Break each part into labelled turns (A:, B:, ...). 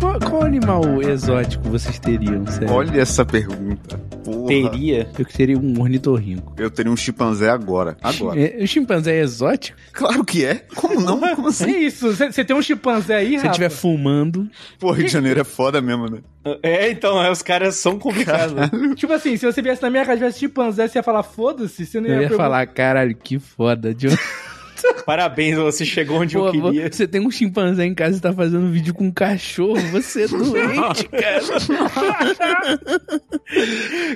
A: Qual, qual animal exótico vocês teriam, sério?
B: Olha essa pergunta. Porra.
A: Teria? Eu teria um ornitorrinco.
B: Eu teria um chimpanzé agora. Agora.
A: É, O chimpanzé é exótico?
B: Claro que é. Como não? Como
C: Que
B: assim?
C: isso? Você você tem um chimpanzé aí,
A: Se
C: rapaz?
A: estiver fumando,
B: Pô, Rio de Janeiro é foda mesmo, né?
D: É, então, é, os caras são complicados.
C: Tipo assim, se você viesse na minha casa e tivesse chimpanzé, você ia falar foda-se? Você não ia,
A: eu ia
C: perguntar.
A: falar, caralho, que foda, John.
D: Parabéns, você chegou onde
A: Pô,
D: eu queria.
A: você tem um chimpanzé em casa e tá fazendo vídeo com um cachorro, você é doente, cara.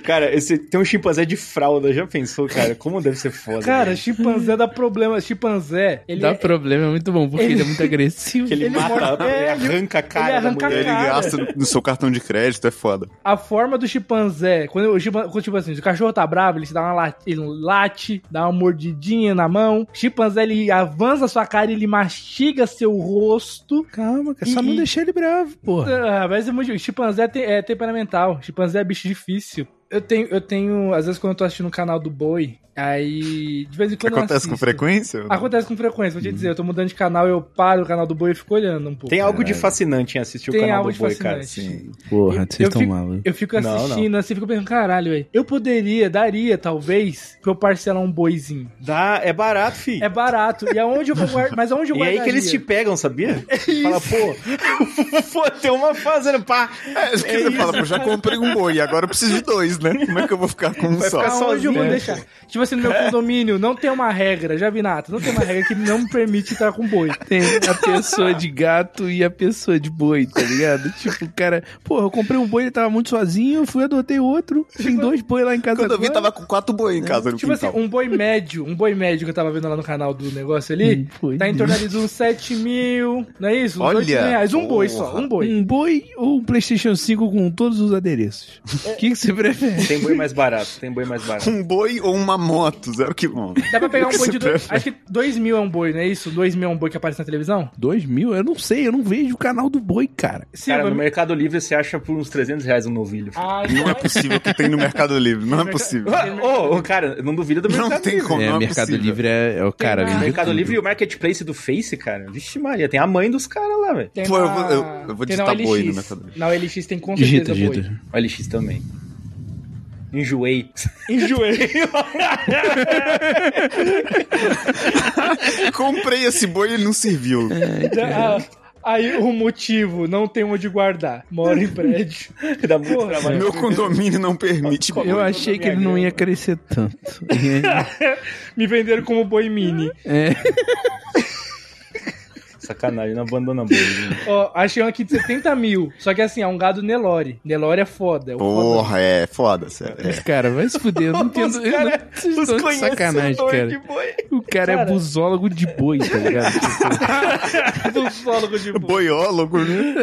D: Cara, esse, tem um chimpanzé de fralda, já pensou, cara? Como deve ser foda.
C: Cara,
D: velho?
C: chimpanzé dá problema. Chimpanzé, ele,
A: Dá problema, é muito bom, porque ele, é muito agressivo.
D: que ele,
C: ele
D: mata,
C: mora-
D: ele
C: é,
D: arranca a cara
C: ele
D: da
C: arranca a
B: Ele
D: mulher.
C: Cara.
B: gasta no seu cartão de crédito, é foda.
C: a forma do chimpanzé, quando o chimpan- quando, tipo assim, o cachorro tá bravo, ele se dá uma late, ele late, dá uma mordidinha na mão. O chimpanzé ele avança a sua cara, ele mastiga seu rosto.
A: Calma, cara,
C: E-
A: só não
C: e-
A: deixar ele bravo, porra.
C: Ah, mas é muito, chimpanzé tem- é temperamental, chimpanzé é bicho difícil. Eu tenho, eu tenho, às vezes quando eu tô assistindo o canal do Boi, aí de vez em quando eu
B: Acontece com
C: assisto.
B: frequência?
C: Acontece com frequência, vou te dizer, eu tô mudando de canal, eu paro o canal do Boi e fico olhando um pouco.
D: Tem algo de fascinante em assistir o
C: Tem
D: canal
C: algo
D: do
C: de
D: boi, cara.
C: fascinante.
B: Sim.
A: Porra,
C: eu-
A: vocês
C: eu
A: estão
C: fico-
A: malucos.
C: Eu fico
D: Não,
C: assistindo assim, fico pensando, caralho, velho, eu poderia, daria, talvez, pra eu parcelar um boizinho.
D: Dá, é barato, filho.
C: É barato. E aonde eu vou guardar? Mas aonde eu
D: E é
C: guardaria? É
D: aí que eles te pegam, sabia? Fala, pô, pô, tem uma fazenda, pá.
B: É, isso que você fala, pô, já comprei um boi, agora eu preciso de dois, né? Como é que eu vou ficar com um
D: Vai
B: só?
D: ficar só-
C: Aonde eu vou
D: sozinho.
C: deixar? Tipo assim, no meu condomínio não tem uma regra, já vi nada, não tem uma regra que não me permite entrar com boi.
A: Tem a pessoa de gato e a pessoa de boi, tá ligado? Tipo, o cara, porra, eu comprei um boi, ele tava muito sozinho, eu fui, adotei outro. Tem dois boi lá em casa.
B: Quando eu vi,
A: agora.
B: tava com quatro boi em casa no
C: Tipo assim,
D: Então.
B: quintal.
C: um boi médio, um boi médio que eu tava vendo lá no canal do negócio ali,
A: Hum, foi.
C: tá em torno ali dos 7 mil, não é isso? Uns
B: Olha,
C: 8 mil reais, um boi só,
B: porra.
C: um boi.
A: Um boi ou um PlayStation 5 com todos os adereços?
C: É.
A: O que, que você prefere?
D: Tem boi mais barato, tem boi mais barato.
B: Um boi ou uma moto, zero que
C: Dá pra pegar um boi de
B: Você
C: dois. Acho que 2 mil é um boi, não é isso? 2 mil é um boi que aparece na televisão?
A: Dois mil? Eu não sei, eu não vejo o canal do boi, cara.
C: Sim,
D: Cara,
C: vai-
D: no Mercado Livre você acha por uns 300 reais um novilho. filho.
C: né? Ah,
B: Não é possível que tem no Mercado Livre, não é possível.
D: Ah, Ô, ô, cara, não duvida do Mercado
B: Não tem
D: Livre.
B: como, não é possível.
A: é, o cara.
C: Tem
D: O
C: vende
D: Mercado Livre e o Marketplace do Face, cara. Vixe Maria, tem a mãe dos caras lá, velho.
C: Tem
B: Pô, eu
C: na-
B: vou- eu- eu vou
C: tem na
B: digitar boi
C: OLX.
B: no Mercado Livre.
C: Na OLX tem com certeza
A: Digita,
C: um boi.
A: digita.
D: Olha X também. Enjoei.
C: Enjoei.
B: Comprei esse boi e ele não serviu.
C: Ah, Aí o motivo, não tem onde guardar. Moro em prédio.
D: Dá muito trabalho.
B: Meu condomínio não permite boi.
A: Eu achei que ele não ia crescer tanto. E
C: Me venderam como boi mini.
A: aí- é.
D: Sacanagem, não abandona boi. né?
C: Ó, achei um aqui de 70 mil. Só que assim, é um gado Nelore. Nelore é foda. É o foda.
B: Porra, é foda, sério. É.
A: Mas, cara, vai se fuder, eu não entendo. eu não-
B: né?
A: vocês estão de sacanagem, cara.
D: boi.
A: O cara, é
C: Cara.
A: buzólogo de boi, tá ligado? Tipo,
C: Buzólogo de boi.
B: É
C: Ah,
B: Boiólogo, né?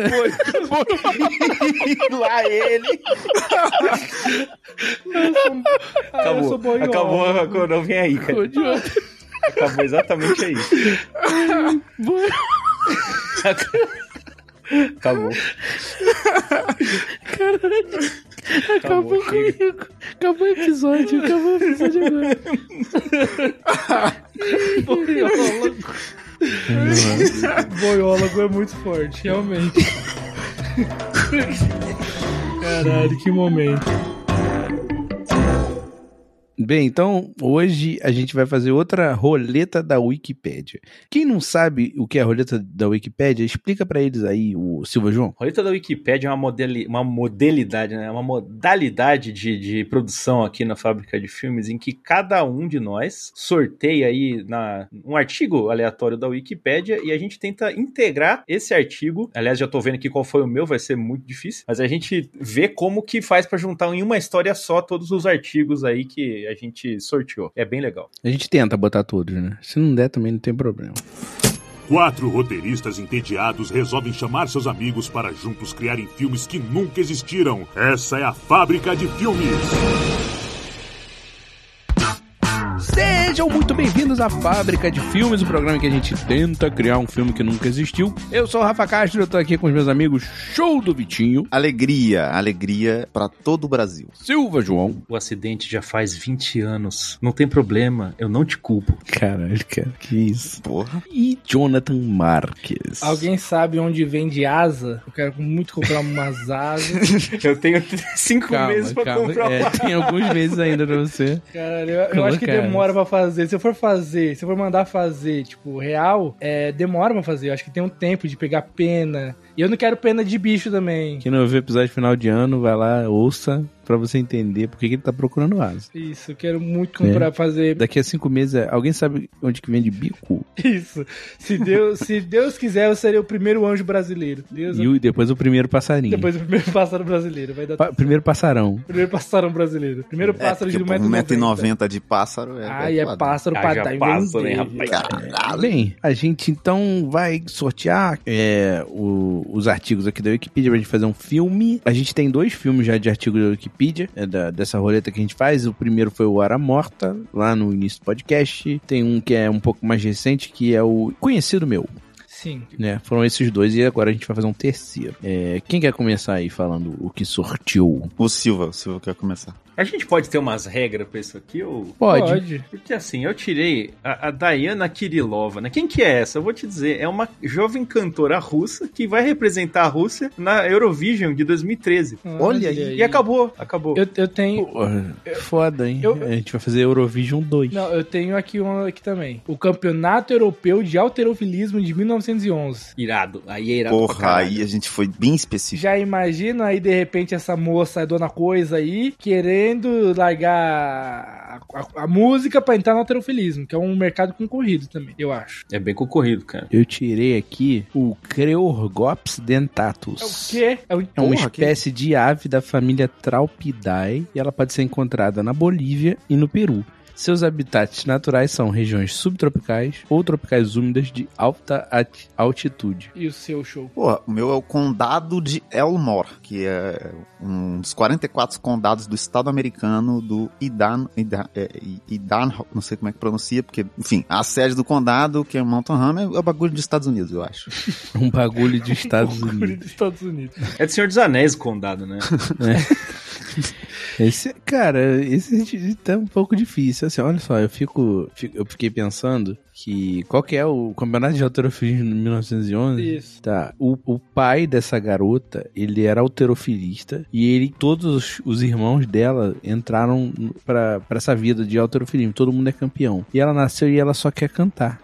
D: Lá ele.
C: Ah, eu sou
D: Acabou.
C: boi
D: Acabou,
C: ó.
D: acabou, não vem aí, cara.
A: pô, de uma-
D: Acabou exatamente aí.
A: boi-
D: Acabou.
A: Acabou
D: Acabou, chega.
A: comigo. Acabou o episódio, acabou o episódio agora.
C: Boiólogo. Boiólogo é muito forte, realmente. Caralho, que momento.
A: Bem, então hoje a gente vai fazer outra roleta da Wikipédia. Quem não sabe o que é a roleta da Wikipédia, explica pra eles aí, o Silva João.
D: Roleta da Wikipédia é uma, modeli uma modelidade, né? uma modalidade de, de produção aqui na fábrica de filmes em que cada um de nós sorteia aí na, um artigo aleatório da Wikipédia e a gente tenta integrar esse artigo. Aliás, já tô vendo aqui qual foi o meu, vai ser muito difícil, mas a gente vê como que faz pra juntar em uma história só todos os artigos aí que a gente sorteou. É bem legal.
A: A gente tenta botar todos, né? Se não der, também não tem problema.
E: Quatro roteiristas entediados resolvem chamar seus amigos para juntos criarem filmes que nunca existiram. Essa é a fábrica de filmes.
A: Sejam muito bem-vindos à Fábrica de Filmes, o programa em que a gente tenta criar um filme que nunca existiu. Eu sou o Rafa Castro, eu tô aqui com os meus amigos Show do Vitinho,
B: Alegria, alegria pra todo o Brasil.
A: Silva João.
D: O acidente já faz 20 anos. Não tem problema, eu não te culpo.
A: Caralho, cara, que isso.
B: Porra.
A: E Jonathan Marques.
C: Alguém sabe onde vende asa? Eu quero muito comprar umas asas.
D: Eu tenho cinco
A: Calma,
D: meses pra
A: calma.
D: comprar
A: É, tem alguns meses ainda pra você.
C: Caralho, eu, eu
A: Calma,
C: acho que
A: cara.
C: demora pra fazer. Se eu for fazer, se eu for mandar fazer, tipo, real, é, demora pra fazer. Eu acho que tem um tempo de pegar pena. E eu não quero pena de bicho também.
A: Quem não ouviu o episódio final de ano, vai lá, ouça, pra você entender por que que ele tá procurando asa.
C: Isso, eu quero muito comprar fazer
A: Daqui a cinco meses, é, alguém sabe onde que vende bico?
C: isso. Se Deus, se Deus quiser, eu serei o primeiro anjo brasileiro. Deus
A: E o- depois o primeiro passarinho.
C: Depois o primeiro pássaro brasileiro. Vai dar
A: Pa- primeiro passarão.
C: Primeiro pássaro brasileiro. Primeiro pássaro
B: é,
C: de
B: porque, pô,
C: 1,90m.
B: 1,90m de pássaro é.
A: né?
C: Ai, é
B: foda.
C: pássaro pra
D: Haja
C: dar e
D: Ah, pássaro,
C: vender.
D: hein, rapaz?
B: Caralho.
A: Além, a gente então vai sortear é, o- os artigos aqui da Wikipedia pra gente fazer um filme. A gente tem dois filmes já de artigos da Wikipedia, é, da- dessa roleta que a gente faz. O primeiro foi o Ara Morta, lá no início do podcast. Tem um que é um pouco mais recente, que é o Conhecido Meu,
C: Sim.
A: né? Foram esses dois e agora a gente vai fazer um terceiro. É, quem quer começar aí falando o que sorteou?
B: O Silva, o Silva quer começar.
D: A gente pode ter umas regras pra isso aqui ou.
A: Pode.
D: Porque assim, eu tirei a, a Diana Kirilova, né? Quem que é essa? Eu vou te dizer, é uma jovem cantora russa que vai representar a Rússia na Eurovision de 2013.
B: Olha aí.
D: E acabou, acabou.
C: Eu, eu tenho.
A: Porra, Foda, hein?
C: eu-
A: A gente vai fazer Eurovision 2.
C: Não, eu tenho aqui um aqui também. O Campeonato Europeu de Alterofilismo de 1911.
D: Irado, aí é irado. pra
B: Porra,
D: caralho.
B: aí a gente foi bem específico.
C: Já imagina aí, de repente, essa moça, a dona coisa aí, querendo largar a, a- a música pra entrar no alterofilismo, que é um mercado concorrido também, eu acho.
D: É bem concorrido, cara.
A: Eu tirei aqui o Creorgops dentatus.
C: É o quê? É o
A: É uma
B: Porra, que-
A: espécie de ave da família Traupidae e ela pode ser encontrada na Bolívia e no Peru. Seus habitats naturais são regiões subtropicais ou tropicais úmidas de alta at- altitude.
C: E o seu show?
B: Porra, o meu é o Condado de Elmore, que é um dos 44 condados do estado americano do Idan, Ida- é, I- Idaho, não sei como é que pronuncia, porque, enfim, a sede do condado, que é Mountain Home, é o bagulho dos Estados Unidos, eu acho.
A: Um bagulho de Estados
C: Orgulho
A: Unidos.
C: dos Estados Unidos.
D: É do Senhor dos Anéis o condado, né?
A: Esse, cara, esse tá um pouco difícil. Assim, olha só, eu fico, fico- eu fiquei pensando que qual que é o campeonato de alterofilismo de 1911?
C: Isso.
A: Tá. O, o pai dessa garota, ele era alterofilista e ele todos os, os irmãos dela entraram no- pra pra essa vida de alterofilismo. Todo mundo é campeão. E ela nasceu e ela só quer cantar.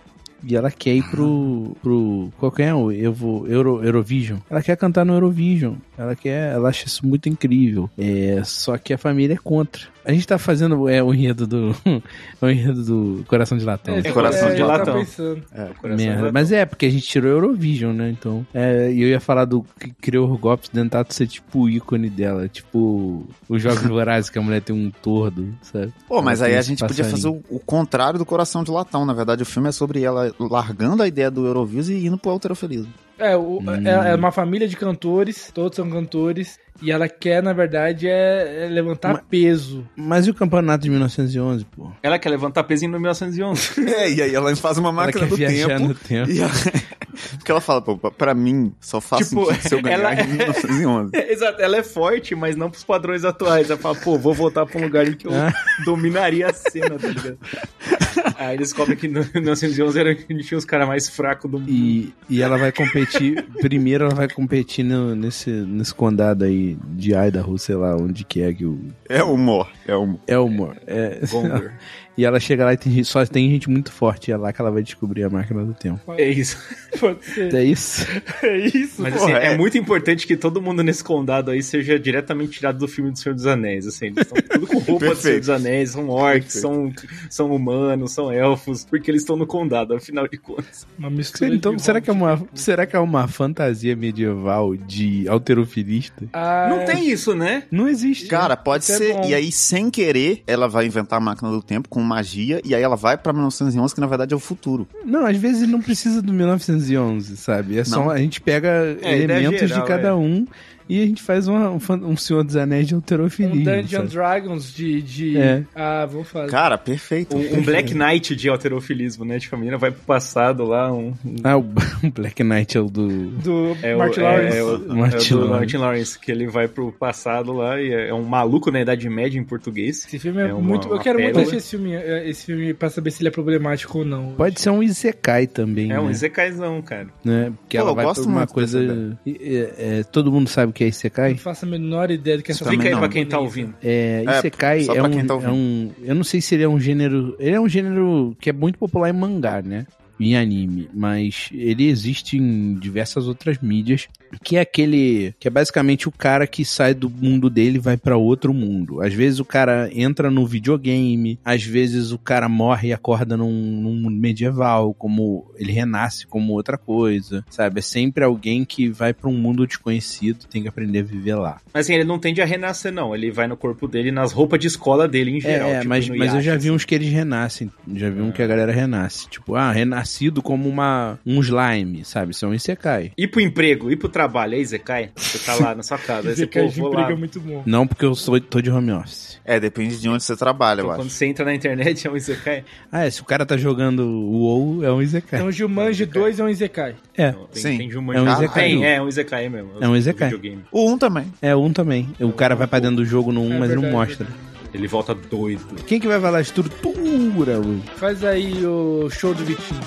A: E ela quer ir pro. pro qual que é o Evo- Euro, Eurovision? Ela quer cantar no Eurovision. Ela quer. Ela acha isso muito incrível. É, só que a família é contra. A gente tá fazendo é, o enredo do. o enredo do Coração de Latão.
B: É, coração de
C: tipo, eu tava
D: latão.
C: pensando.
D: Coração
A: Merda,
D: latão.
A: mas é, porque a gente tirou Eurovision, né? Então. é, E eu ia falar do que criou o Gops Dentato ser tipo o ícone dela. Tipo, os Jogos Vorazes, que a mulher tem um tordo, sabe?
B: Pô, mas
A: Ela
B: aí
A: tem
B: a
A: esse
B: gente podia fazer
A: passarinho.
B: o, o contrário do Coração de Latão. Na verdade, o filme é sobre ela largando a ideia do Eurovision e indo pro alterofilismo.
C: É, o-
A: Hum.
C: é, é uma família de cantores, todos são cantores, e ela quer, na verdade, é, é levantar
A: Mas-
C: peso.
A: Mas e o campeonato de 1911, pô?
D: Ela quer levantar peso em 1911.
B: É, e aí ela faz uma
A: Ela quer viajar no tempo.
B: E ela- Porque ela fala, pô, pra- pra mim, só faz
D: Tipo,
B: sentido se eu ganhar
D: ela-
B: em 1911.
D: Exato, ela é forte, mas não pros padrões atuais. Ela fala, pô, vou voltar pra um lugar em que eu
A: Ah.
D: dominaria a cena, tá ligado? Aí eles descobrem que em 1911 era onde tinha os caras mais fracos do mundo.
A: E, e ela vai competir. primeiro ela vai competir no- nesse, nesse condado aí de Idaho, sei lá, onde que é que o.
B: É humor, é humor.
A: Elmore. É,
D: Gondor.
A: e ela chega lá e tem, gente- só tem gente muito forte. É lá que ela vai descobrir a máquina do tempo.
D: É isso.
C: Pode ser.
A: É isso?
C: É isso.
D: Mas
B: Porra,
D: assim, é...
B: é.
D: muito importante que todo mundo nesse condado aí seja diretamente tirado do filme do Senhor dos Anéis. Assim, eles estão tudo com roupa do
B: Perfeito.
D: Senhor dos Anéis, são orcs,
B: Perfeito.
D: são, são humanos, são elfos, porque eles estão no condado, afinal de contas.
C: Uma mistura
A: Então,
C: de
A: será que, é
C: Hobbit
A: uma,
C: com-
A: será que é uma fantasia medieval de alterofilista?
C: Ah,
D: Não tem isso, né?
A: Não existe.
B: Cara, pode
C: Isso é
B: ser.
C: bom.
B: e aí, sem querer, ela vai inventar a máquina do tempo com magia. E aí ela vai pra 1911, que na verdade é o futuro.
A: Não, às vezes não precisa do 1911, sabe? É só
B: Não.
A: a gente pega
D: É, ideia
A: elementos
D: geral,
A: de cada
D: é.
A: um e a gente faz uma- um, fan- um Senhor dos Anéis de
C: Um
A: alterofilismo.
C: Dungeon
A: sabe?
C: Dragons de. de...
A: É.
C: Ah, vou fazer.
B: Cara, perfeito.
D: Um, um Black Knight de alterofilismo, né? Tipo, a menina vai pro passado lá, um... um-
A: Ah, o Black Knight é o do...
C: Do
D: É o,
C: Martin
D: é-
C: Lawrence.
D: é o- é o
A: Martin
D: do
A: Lawrence.
D: Martin Lawrence, que ele vai pro passado lá e é é um maluco na Idade Média em português.
C: Esse filme é,
D: É uma-
C: muito. Eu
D: uma
C: quero muito
D: pérola.
C: assistir esse filme, eh, esse filme pra saber se ele é problemático ou não.
A: Pode ser um Isekai também,
D: É um
A: né?
D: Izekaizão, cara.
A: né? Porque
B: Pô,
A: ela
B: eu
A: vai
B: gosto
A: por uma
B: muito
A: coisa...
B: dessa
A: É, é, é, todo mundo sabe o que é Isekai?
C: Não faço a menor ideia do que essa
B: Também
D: Explica aí
B: não.
D: pra quem tá ouvindo.
A: É,
B: É,
A: Isekai
B: só
A: é,
B: pra
A: um,
B: quem tá
A: é
B: ouvindo.
A: um- Eu não sei se ele é um gênero. Ele é um gênero que é muito popular em mangá, né? Em anime, mas ele existe em diversas outras mídias, que é aquele. que é basicamente o cara que sai do mundo dele e vai pra outro mundo. Às vezes o cara entra no videogame, às vezes o cara morre e acorda num, num mundo medieval, como ele renasce como outra coisa, sabe? É sempre alguém que vai pra um mundo desconhecido, tem que aprender a viver lá.
D: Mas assim, ele não tende a renascer, não. Ele vai no corpo dele, nas roupas de escola dele em geral.
A: É,
D: tipo,
A: mas,
D: no
A: mas eu
D: iate,
A: já vi
D: assim. É.
A: uns que eles renascem. Já vi um que a galera renasce. Tipo, ah, renascido como uma, um slime, sabe? São Isekai.
D: Ir pro emprego, ir pro trabalho, é aí Zekai, você tá lá na sua casa, aí você,
C: Dizer que
D: pô,
C: a de
D: vou
C: emprego
D: lá.
C: é muito bom.
A: Não porque eu sou, tô de home office.
B: É, depende de onde você trabalha, eu
D: Então, quando
B: acho.
D: você entra na internet, é um Zekai.
A: Ah, é, se o cara tá jogando o WoW, é um Isekai.
C: Então, Jumanji 2 é um Isekai.
A: É,
D: Tem,
B: Sim.
D: tem de
A: É um
D: Ah,
A: Isekai.
D: Tem, é, é um Isekai mesmo.
A: É um Isekai.
D: Do videogame.
B: O 1 também.
A: é um também. O cara vai pra dentro do jogo no um,
C: É
A: mas não
C: verdade,
A: mostra.
D: Ele volta doido.
A: Quem que vai falar de estrutura, Lu?
C: Faz aí o show do Vitinho.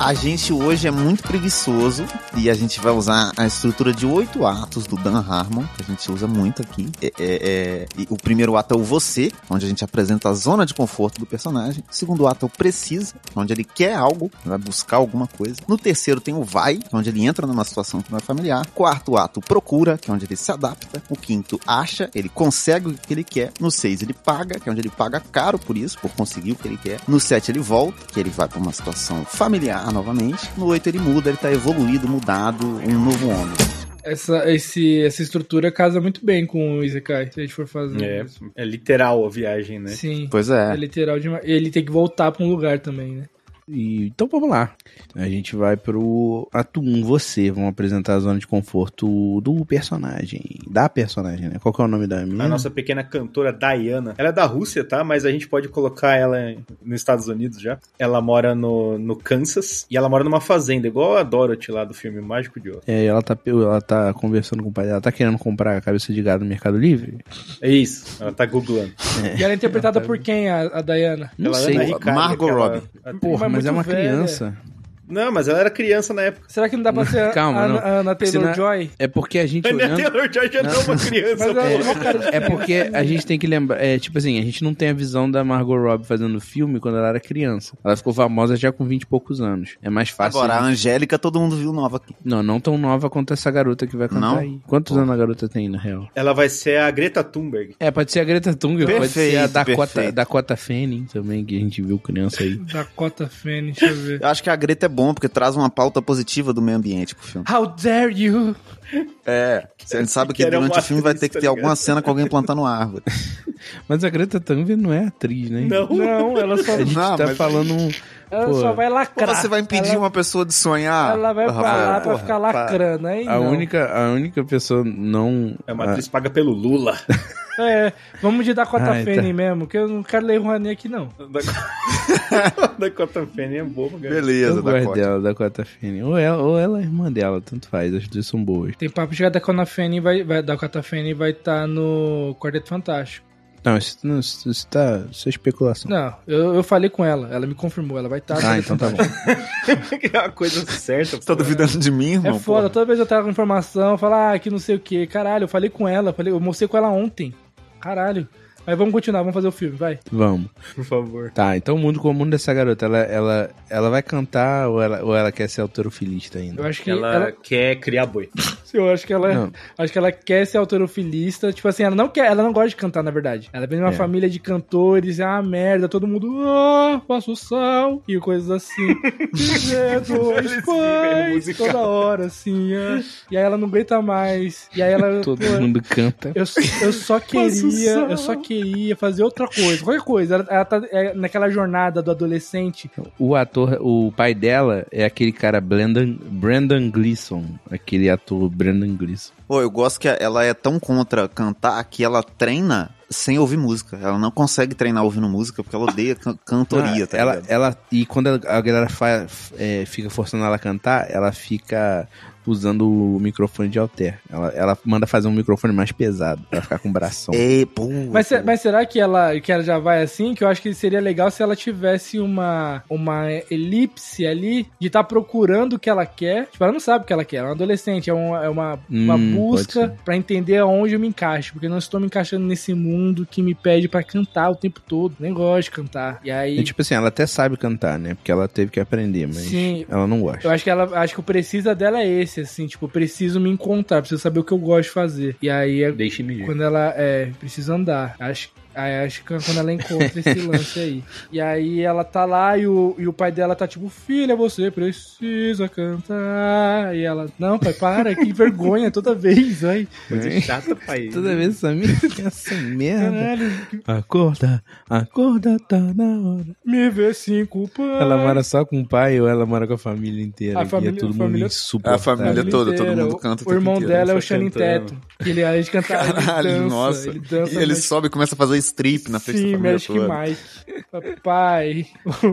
B: A gente hoje é muito preguiçoso e a gente vai usar a estrutura de oito atos do Dan Harmon, que a gente usa muito aqui. É, é, é, e o primeiro ato é o você, onde a gente apresenta a zona de conforto do personagem. O segundo ato é o precisa, onde ele quer algo, vai buscar alguma coisa. No terceiro tem o vai, onde ele entra numa situação que não é familiar. Quarto ato, procura, que é onde ele se adapta. O quinto, acha, ele consegue o que ele quer. No seis, ele paga, que é onde ele paga caro por isso, por conseguir o que ele quer. No sete, ele volta, que ele vai para uma situação familiar novamente. No oito, ele muda, ele tá evoluído, mudado, um novo homem.
C: Essa, esse, essa estrutura casa muito bem com o Isekai, se a gente for fazer.
D: É,
C: isso.
D: é literal a viagem, né?
C: Sim.
B: Pois
C: É
B: é.
C: literal demais. E Ele tem que voltar pra um lugar também, né?
A: E, então vamos lá. A gente vai pro ato 1, você. Vamos apresentar a zona de conforto do personagem. Da personagem, né? Qual que é o nome da menina?
D: A nossa pequena cantora Diana. Ela é da Rússia, tá? Mas a gente pode colocar ela em- nos Estados Unidos já. Ela mora no, no Kansas e ela mora numa fazenda, igual a Dorothy lá do filme Mágico de Oz.
A: É, ela tá, ela tá conversando com o pai dela, tá querendo comprar a cabeça de gado no Mercado Livre?
D: É isso, ela tá googlando.
C: E ela é interpretada por quem, a, a Diana?
A: Não
D: ela é
A: sei.
D: Ana Ricardo,
B: Margot
D: aquela-
B: Robbie.
D: atriz.
A: Porra, mas,
C: Mas
A: é
C: muito
A: uma
C: velha.
A: criança.
D: Não, mas ela era criança na época.
C: Será que não dá pra ser a-
A: Calma,
C: a,
A: não.
C: a Ana
A: Senão-
C: Taylor-Joy?
A: É porque a gente
D: Mas
A: olhando...
D: Taylor Joy já não é uma criança.
C: Mas ela
D: pô.
C: é uma cara de
A: É porque a gente tem que lembrar, é, tipo assim, a gente não tem a visão da Margot Robbie fazendo filme quando ela era criança. Ela ficou famosa já com 20 e poucos anos. É mais fácil.
B: Agora, a
A: a gente-
B: Angélica, todo mundo viu nova aqui.
A: Não, não tão nova quanto essa garota que vai cantar
B: Não?
A: aí. Quantos anos a garota tem, na real?
D: Ela vai ser a Greta Thunberg.
A: É, pode ser a Greta Thunberg, pode ser a
B: Perfeito,
A: Dakota,
B: perfeito.
A: Dakota Fanning também, que a gente viu criança aí.
C: Dakota Fanning, deixa eu ver.
B: Eu acho que a Greta é bom, porque traz uma pauta positiva do meio ambiente pro filme.
C: How dare you?
B: É. A gente sabe que
D: Era
B: durante
D: uma
B: o filme vai ter
D: atriz,
B: que
D: tá
B: ter alguma
D: ligado?
B: cena com alguém plantando árvore.
A: Mas a Greta Thunberg não é atriz, né?
D: Não.
C: Não, ela só,
A: A gente
B: Não,
A: tá
B: mas-
A: falando um-
C: ela
A: Pô.
C: só vai
B: Pô,
C: lacrar.
B: você vai impedir
C: ela,
B: uma pessoa de sonhar?
C: Ela vai pra
B: Rafael?
C: lá pra
B: Porra,
C: ficar lacrando, aí
A: A
C: não.
A: única, a única pessoa não.
D: É uma
A: a-
D: atriz paga pelo Lula.
C: É, vamos de Dakota
A: Ai, tá.
C: Fanning mesmo, que eu não quero ler Rouanet aqui, não.
D: Da- Dakota Fanning é boba, cara.
B: Beleza,
A: eu gosto
B: Dakota.
A: dela, da Cota Fanning. Ou ela, ou ela é irmã dela, tanto faz, as duas são boas.
C: Tem papo de que a Dakota Fanning vai, vai, Dakota Fanning vai estar no Quarteto Fantástico.
A: Não, isso, não, isso, isso tá. Isso é especulação.
C: Não, eu, eu falei com ela, ela me confirmou, ela vai estar.
A: Ah, então tá bom.
D: é uma coisa certa.
B: Você tá duvidando de mim,
C: É
B: irmão?
C: foda, toda vez eu trago informação, falar ah, que não sei o que. Caralho, eu falei com ela, falei, eu mostrei com ela ontem. Caralho. Mas vamos continuar, vamos fazer o filme, vai.
A: Vamos.
D: Por favor.
A: Tá, então o mundo comum dessa garota, ela, ela, ela vai cantar ou ela, ou ela quer ser autorofilista
C: Eu
A: ainda?
C: acho que
D: Ela,
C: ela,
D: quer criar boi.
C: eu acho que ela, é-
A: Não.
C: acho que ela quer ser autorofilista, tipo assim, ela não quer, ela não gosta de cantar na verdade. Ela vem de uma
A: É.
C: família de cantores, é uma merda, todo mundo, ah, passa o sal e coisas assim. Dizer dois
A: é
D: Eles vivem
C: pães
D: musical.
C: toda hora assim, ah. e aí ela não aguenta mais. E aí ela
A: Todo
C: pô,
A: mundo canta.
C: Eu, eu só
D: Passa o
C: queria,
D: sal.
C: eu só ia fazer outra coisa, qualquer coisa. Ela, ela tá é, naquela jornada do adolescente.
A: O ator, o pai dela é aquele cara Brandon, Brandon Gleeson, aquele ator Brandon Gleeson.
B: Pô, eu gosto que ela é tão contra cantar que ela treina sem ouvir música. Ela não consegue treinar ouvindo música porque ela odeia can- cantoria,
A: Ah,
B: tá
A: ela,
B: ligado?
A: ela E quando ela- a galera fa- é, fica forçando ela a cantar, ela fica usando o microfone de alter. Ela, ela manda fazer um microfone mais pesado pra ficar com bração.
B: É, pô.
C: Mas, se- mas será que ela, que ela já vai assim? Que eu acho que seria legal se ela tivesse uma, uma elipse ali de estar procurando o que ela quer. Tipo, ela não sabe o que ela quer. Ela é uma adolescente, é uma, é uma, uma
A: Hum,
C: busca
A: pode
C: pra entender aonde eu me encaixo. Porque eu não estou me encaixando nesse mundo que me pede pra cantar o tempo todo. Nem gosto de cantar. E aí.
A: E, tipo assim, ela até sabe cantar, né? Porque ela teve que aprender, mas
C: Sim.
A: ela não gosta.
C: Eu acho que ela, acho que o precisa dela é esse, assim, tipo, eu preciso me encontrar, preciso saber o que eu gosto de fazer. E aí é
D: Deixe-me ir.
C: quando ela é, precisa andar. Acho aí acho que é quando ela encontra esse lance aí. E aí ela tá lá e o, e o pai dela tá tipo, filha, você precisa cantar. E ela, não, pai, para, que vergonha toda vez, ai. É.
D: Coisa chata, pai.
A: Toda vez essa merda, essa
C: assim,
A: merda.
C: Caralho,
A: Acorda, acorda, tá na hora.
C: me vê cinco pães.
A: Ela mora só com o pai ou ela mora com a família inteira?
C: A
A: A família,
C: família-
A: é todo mundo
C: família-
A: insuportável.
B: A família
C: Ele
B: é toda, todo
C: inteira,
B: mundo
C: o-
B: canta o
C: O
B: tempo
C: irmão
B: inteiro, né?
C: dela é
D: só
C: o Channing
D: cantando.
C: Teto. Que ele, além de cantar, ele
B: Caralho,
C: dança,
B: nossa.
C: Ele dança,
B: e ele
C: mexe-
B: sobe e começa a fazer strip na frente da
C: Sim,
B: família
C: Magic
B: toda.
C: Mike. Papai. O,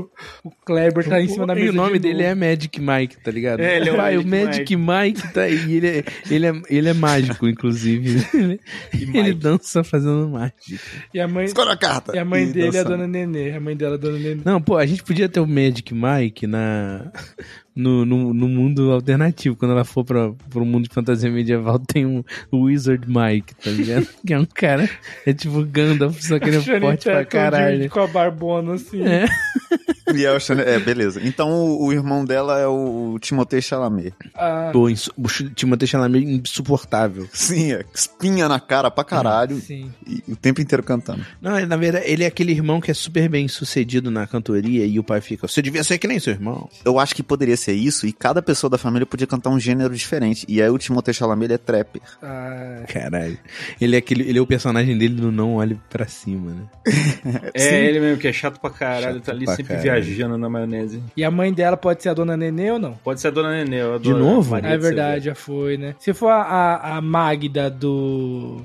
C: o Kleber tá em cima da
A: e
C: mesa.
A: o nome
C: de
A: dele
C: novo.
A: é Magic Mike, tá ligado?
D: É, ele é o
A: Vai,
D: Magic
A: Magic Mike. tá aí. Ele é, ele é, ele é mágico, inclusive. Ele, ele dança fazendo mágica.
C: E a mãe,
B: Escolha a carta.
C: e a mãe
B: E
C: dele é a
B: dançando.
C: dona Nenê. A mãe dela é a dona Nenê.
A: Não, pô, a gente podia ter o Magic Mike na, no, no, no mundo alternativo. Quando ela for pra, pro mundo de fantasia medieval, tem um Wizard Mike, tá ligado? que é um cara, é tipo Gandalf, só que ele é
C: Channing
A: forte pra
C: Tatum de-
A: caralho.
C: Com a barbona, assim.
A: É.
B: E é, o Chanel- é, beleza. Então o, o irmão dela é o Timothée Chalamet.
C: Ah,
A: Pô, insu- o Ch- Timothée Chalamet é insuportável.
B: Sim, é, espinha na cara pra caralho.
C: sim.
B: E, e o tempo inteiro cantando.
A: Não, ele- na verdade, ele é aquele irmão que é super bem sucedido na cantoria e o pai fica, você devia ser que nem seu irmão.
B: Eu acho que poderia ser isso e cada pessoa da família podia cantar um gênero diferente. E aí o Timothée Chalamet ele é trapper.
C: Ah,
A: Caralho. Ele é, aquele, ele é o personagem dele do Não Olhe Pra Cima, né?
D: É ele mesmo que é chato pra caralho,
A: Chato
D: tá ali
A: pra
D: sempre
A: caralho.
D: viajando na maionese.
C: e a mãe dela pode ser a dona Nenê ou não?
D: Pode ser a dona Nenê, eu adoro
A: De novo?
D: a
C: Ah,
D: Maria
C: é
D: de Severo.
C: verdade, já foi, né? Se for a, a, a Magda do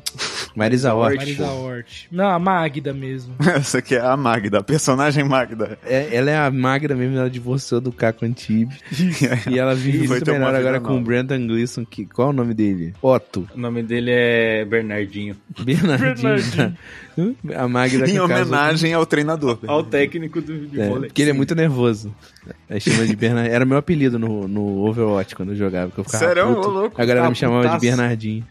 A: Marisa Hort.
C: Marisa Hort. Não, a Magda mesmo.
B: Essa aqui é a Magda, a personagem Magda.
A: É, ela é a magra mesmo, ela divorciou do Caco Antibes. e ela vive
B: Foi
A: muito
B: ter uma
A: melhor
B: vida
A: agora com o
B: nova.
A: Brandon Gleeson, que qual é o nome dele? Otto.
D: O nome dele é Bernardinho.
A: Bernardinho. a magra que
B: Em
A: casou-
B: homenagem ao treinador.
D: Ao técnico do de
A: É,
D: vôlei.
A: porque ele é muito nervoso. Aí chama de Bernardinho. Era meu apelido no, no Overwatch quando eu jogava, que eu ficava
B: Sério?
A: puto.
B: Ô, louco.
A: A galera me
D: Tá
A: chamava
D: putaço.
A: de Bernardinho.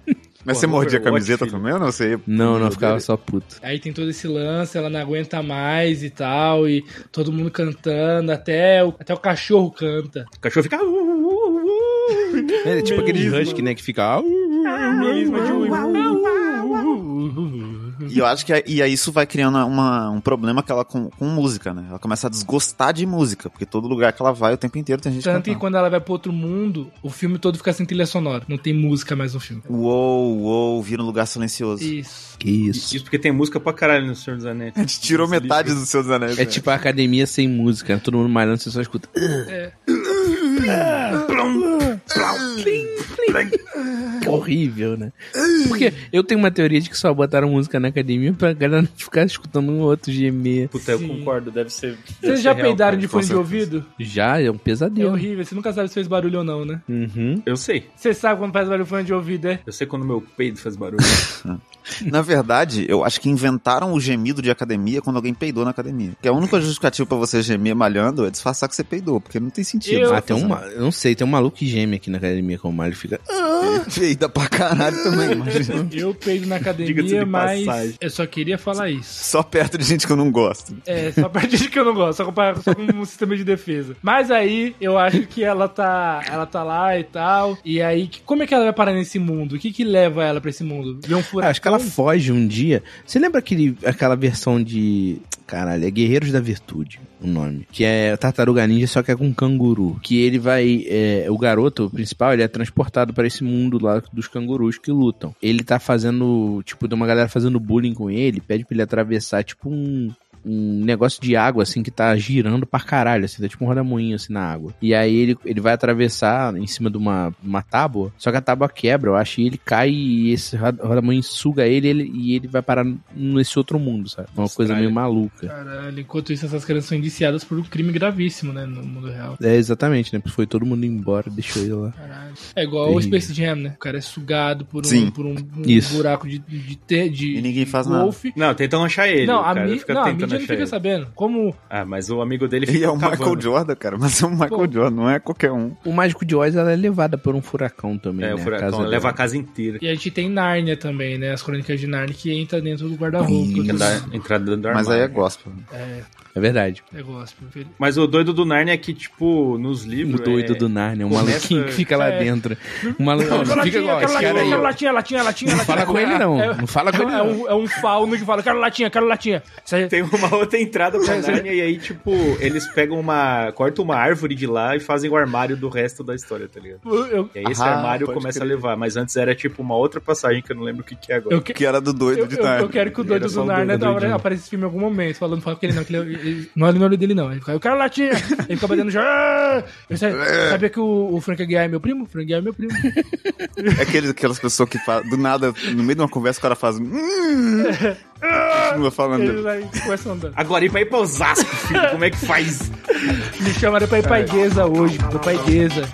B: Mas
D: Pô,
B: você mordia a
D: Overwatch,
B: camiseta
D: filho.
B: também ou não? Você ia-
A: Não, não, eu
B: Meu
A: ficava
B: Deus.
A: só puto.
C: Aí tem todo esse lance, ela não aguenta mais e tal, e todo mundo cantando, até o, até o cachorro canta.
D: O cachorro fica. "Uh, uh, uh, uh".
A: É tipo aquele Husky, né, que fica... "Au, au, au,
C: Melisma
D: um-
C: de Uivo.
B: E eu acho que é- e aí isso vai criando uma- um problema que ela com, com música, né? Ela começa a desgostar de música, porque todo lugar que ela vai, o tempo inteiro tem gente
C: Tanto que
B: cantando.
C: quando ela vai pro outro mundo, o filme todo fica sem trilha sonora. Não tem música mais no filme.
B: Uou, uou, vira um lugar silencioso.
C: Isso.
A: Que isso.
D: Isso porque tem música pra caralho no Senhor dos Anéis.
B: A gente tirou metade dos seus anéis.
A: É
B: né?
A: tipo a academia sem música, né? todo mundo malhando, você só escuta...
C: É.
D: É.
A: Que horrível, né? Porque eu tenho uma teoria de que só botaram música na academia pra galera não ficar escutando um outro gemer.
D: Puta, eu
C: Sim.
D: concordo, deve ser. deve
C: Vocês
D: ser
C: já
D: é real, né?
C: peidaram
D: cara.
C: de fone de
B: certeza.
C: ouvido?
A: Já é um
C: É
A: pesadelo.
C: horrível, você nunca sabe se fez barulho ou não, né?
A: Uhum.
D: Eu sei.
C: Você sabe quando faz barulho fone de ouvido, é?
D: Eu sei quando meu peido faz barulho.
B: Na verdade, eu acho que inventaram o gemido de academia quando alguém peidou na academia. Que é a única justificativa pra você gemer malhando é disfarçar que você peidou, porque não tem sentido.
C: Eu-
A: Ah, tem um, ma- eu não sei, tem um maluco que geme aqui na academia com o Mário fica.
B: Ah. Peida pra caralho também, imagina.
C: Eu peido na
D: Diga-se de
C: academia, mas
D: passagem.
C: eu só queria falar isso.
B: Só perto de gente que eu não gosto.
C: É, só a partir de que eu não gosto, só com, só com um sistema de defesa. Mas aí, eu acho que ela tá, ela tá lá e tal. E aí, que- como é que ela vai parar nesse mundo? O que que leva ela pra esse mundo? Vê um
A: Ah,
C: furacão?
A: acho que ela foge um dia. Você lembra aquele, aquela versão de. caralho. É Guerreiros da Virtude, o nome. Que é Tartaruga Ninja, só que é com canguru. Que ele vai. é, o garoto, o principal, ele é transportado pra esse mundo lá dos cangurus que lutam. Ele tá fazendo. Tipo, de uma galera fazendo bullying com ele, pede pra ele atravessar, tipo, um, um negócio de água, assim, que tá girando pra caralho, assim, tá tipo um rodamoinho, assim, na água. E aí ele, ele vai atravessar em cima de uma, uma tábua, só que a tábua quebra, eu acho, e ele cai e esse roda- rodamoinho suga ele, ele- e ele vai parar nesse outro mundo, sabe? Uma coisa meio maluca.
C: Caralho, enquanto isso, essas crianças são indiciadas por um crime gravíssimo, né? No mundo real.
A: É, exatamente, né? Porque foi todo mundo embora, deixou ele lá.
C: Caralho. É igual o
A: Sim.
C: Space Jam, né? O cara é sugado por um,
B: Sim.
C: por um, um
A: Isso.
C: buraco de, de, te- de
B: E ninguém faz nada.
C: golfe.
D: Não, tentam achar ele.
C: Não,
D: o
C: a,
D: cara
C: mi...
D: fica
C: não, a
D: tentando
C: mídia não
D: achar
C: fica
D: ele.
C: sabendo. Como
D: Ah, mas o amigo dele
B: Ele
D: fica
B: é o Michael
D: cavando.
B: Jordan, cara, mas é o Michael
C: Pô.
B: Jordan, não é qualquer um.
A: O Mágico de Oz, ela é levada por um furacão também,
D: É,
A: né?
D: o
A: A
D: furacão
A: casa
D: leva a
A: dela.
D: casa inteira.
C: E a gente tem Nárnia também, né? As crônicas de Nárnia que entra dentro do
A: Ih,
C: guarda-roupa.
D: Que
C: dos-
D: dá- Entrada dentro do armário.
B: Mas aí é gospel.
C: É,
A: É verdade.
C: é gospel. filho.
D: Mas o doido do Narnia é que, tipo, nos
A: O
D: livros.
A: doido
D: é...
A: do Narnia, um
D: começa-
A: maluquinho que fica lá
C: É.
A: dentro. Um maluco.
C: Quero
A: Fica
C: latinha,
A: igual
C: quero
A: esse cara aí.
C: latinha,
A: ó.
C: latinha, latinha, latinha,
A: Não fala
C: latinha.
A: com ele, não.
C: É-
A: Não fala com ele,
C: É
A: não.
C: um, é um fauno que fala, quero latinha, quero latinha. Isso aí-
D: Tem uma outra entrada pra
B: é.
D: Narnia e aí, tipo, eles pegam uma. cortam uma árvore de lá e fazem o armário do resto da história, tá ligado?
C: eu, eu,
D: E aí esse
B: Ah,
D: armário
B: pode
D: começa
B: crer.
D: a levar. Mas antes era tipo uma outra passagem que eu não lembro o que, que é agora.
C: eu que-
B: Que era do doido
C: eu-
B: de tá-
C: eu-
B: Narnia.
C: eu quero que o
D: Era
C: doido
D: só
C: do
D: o
C: Narnia
D: doido, doidinho.
C: apareça esse filme em algum momento, falando, fala com ele não, que ele, ele- não olha no olho dele não. Ele fica, eu quero latinha. Ele fica batendo, "Ah!" Eu sa- sabia que o, o Frank Aguiar é meu primo? O Frank Aguiar é meu primo.
B: É aqueles, aquelas pessoas que fa- do nada, no meio de uma conversa, o cara faz. "Hum", Continua
C: Ele
B: falando.
C: vai começa a andar.
D: Agora e pra ir pra Osasco, filho, como é que faz?
C: Me chamaram pra ir pra Igueza hoje, pra Paigueza.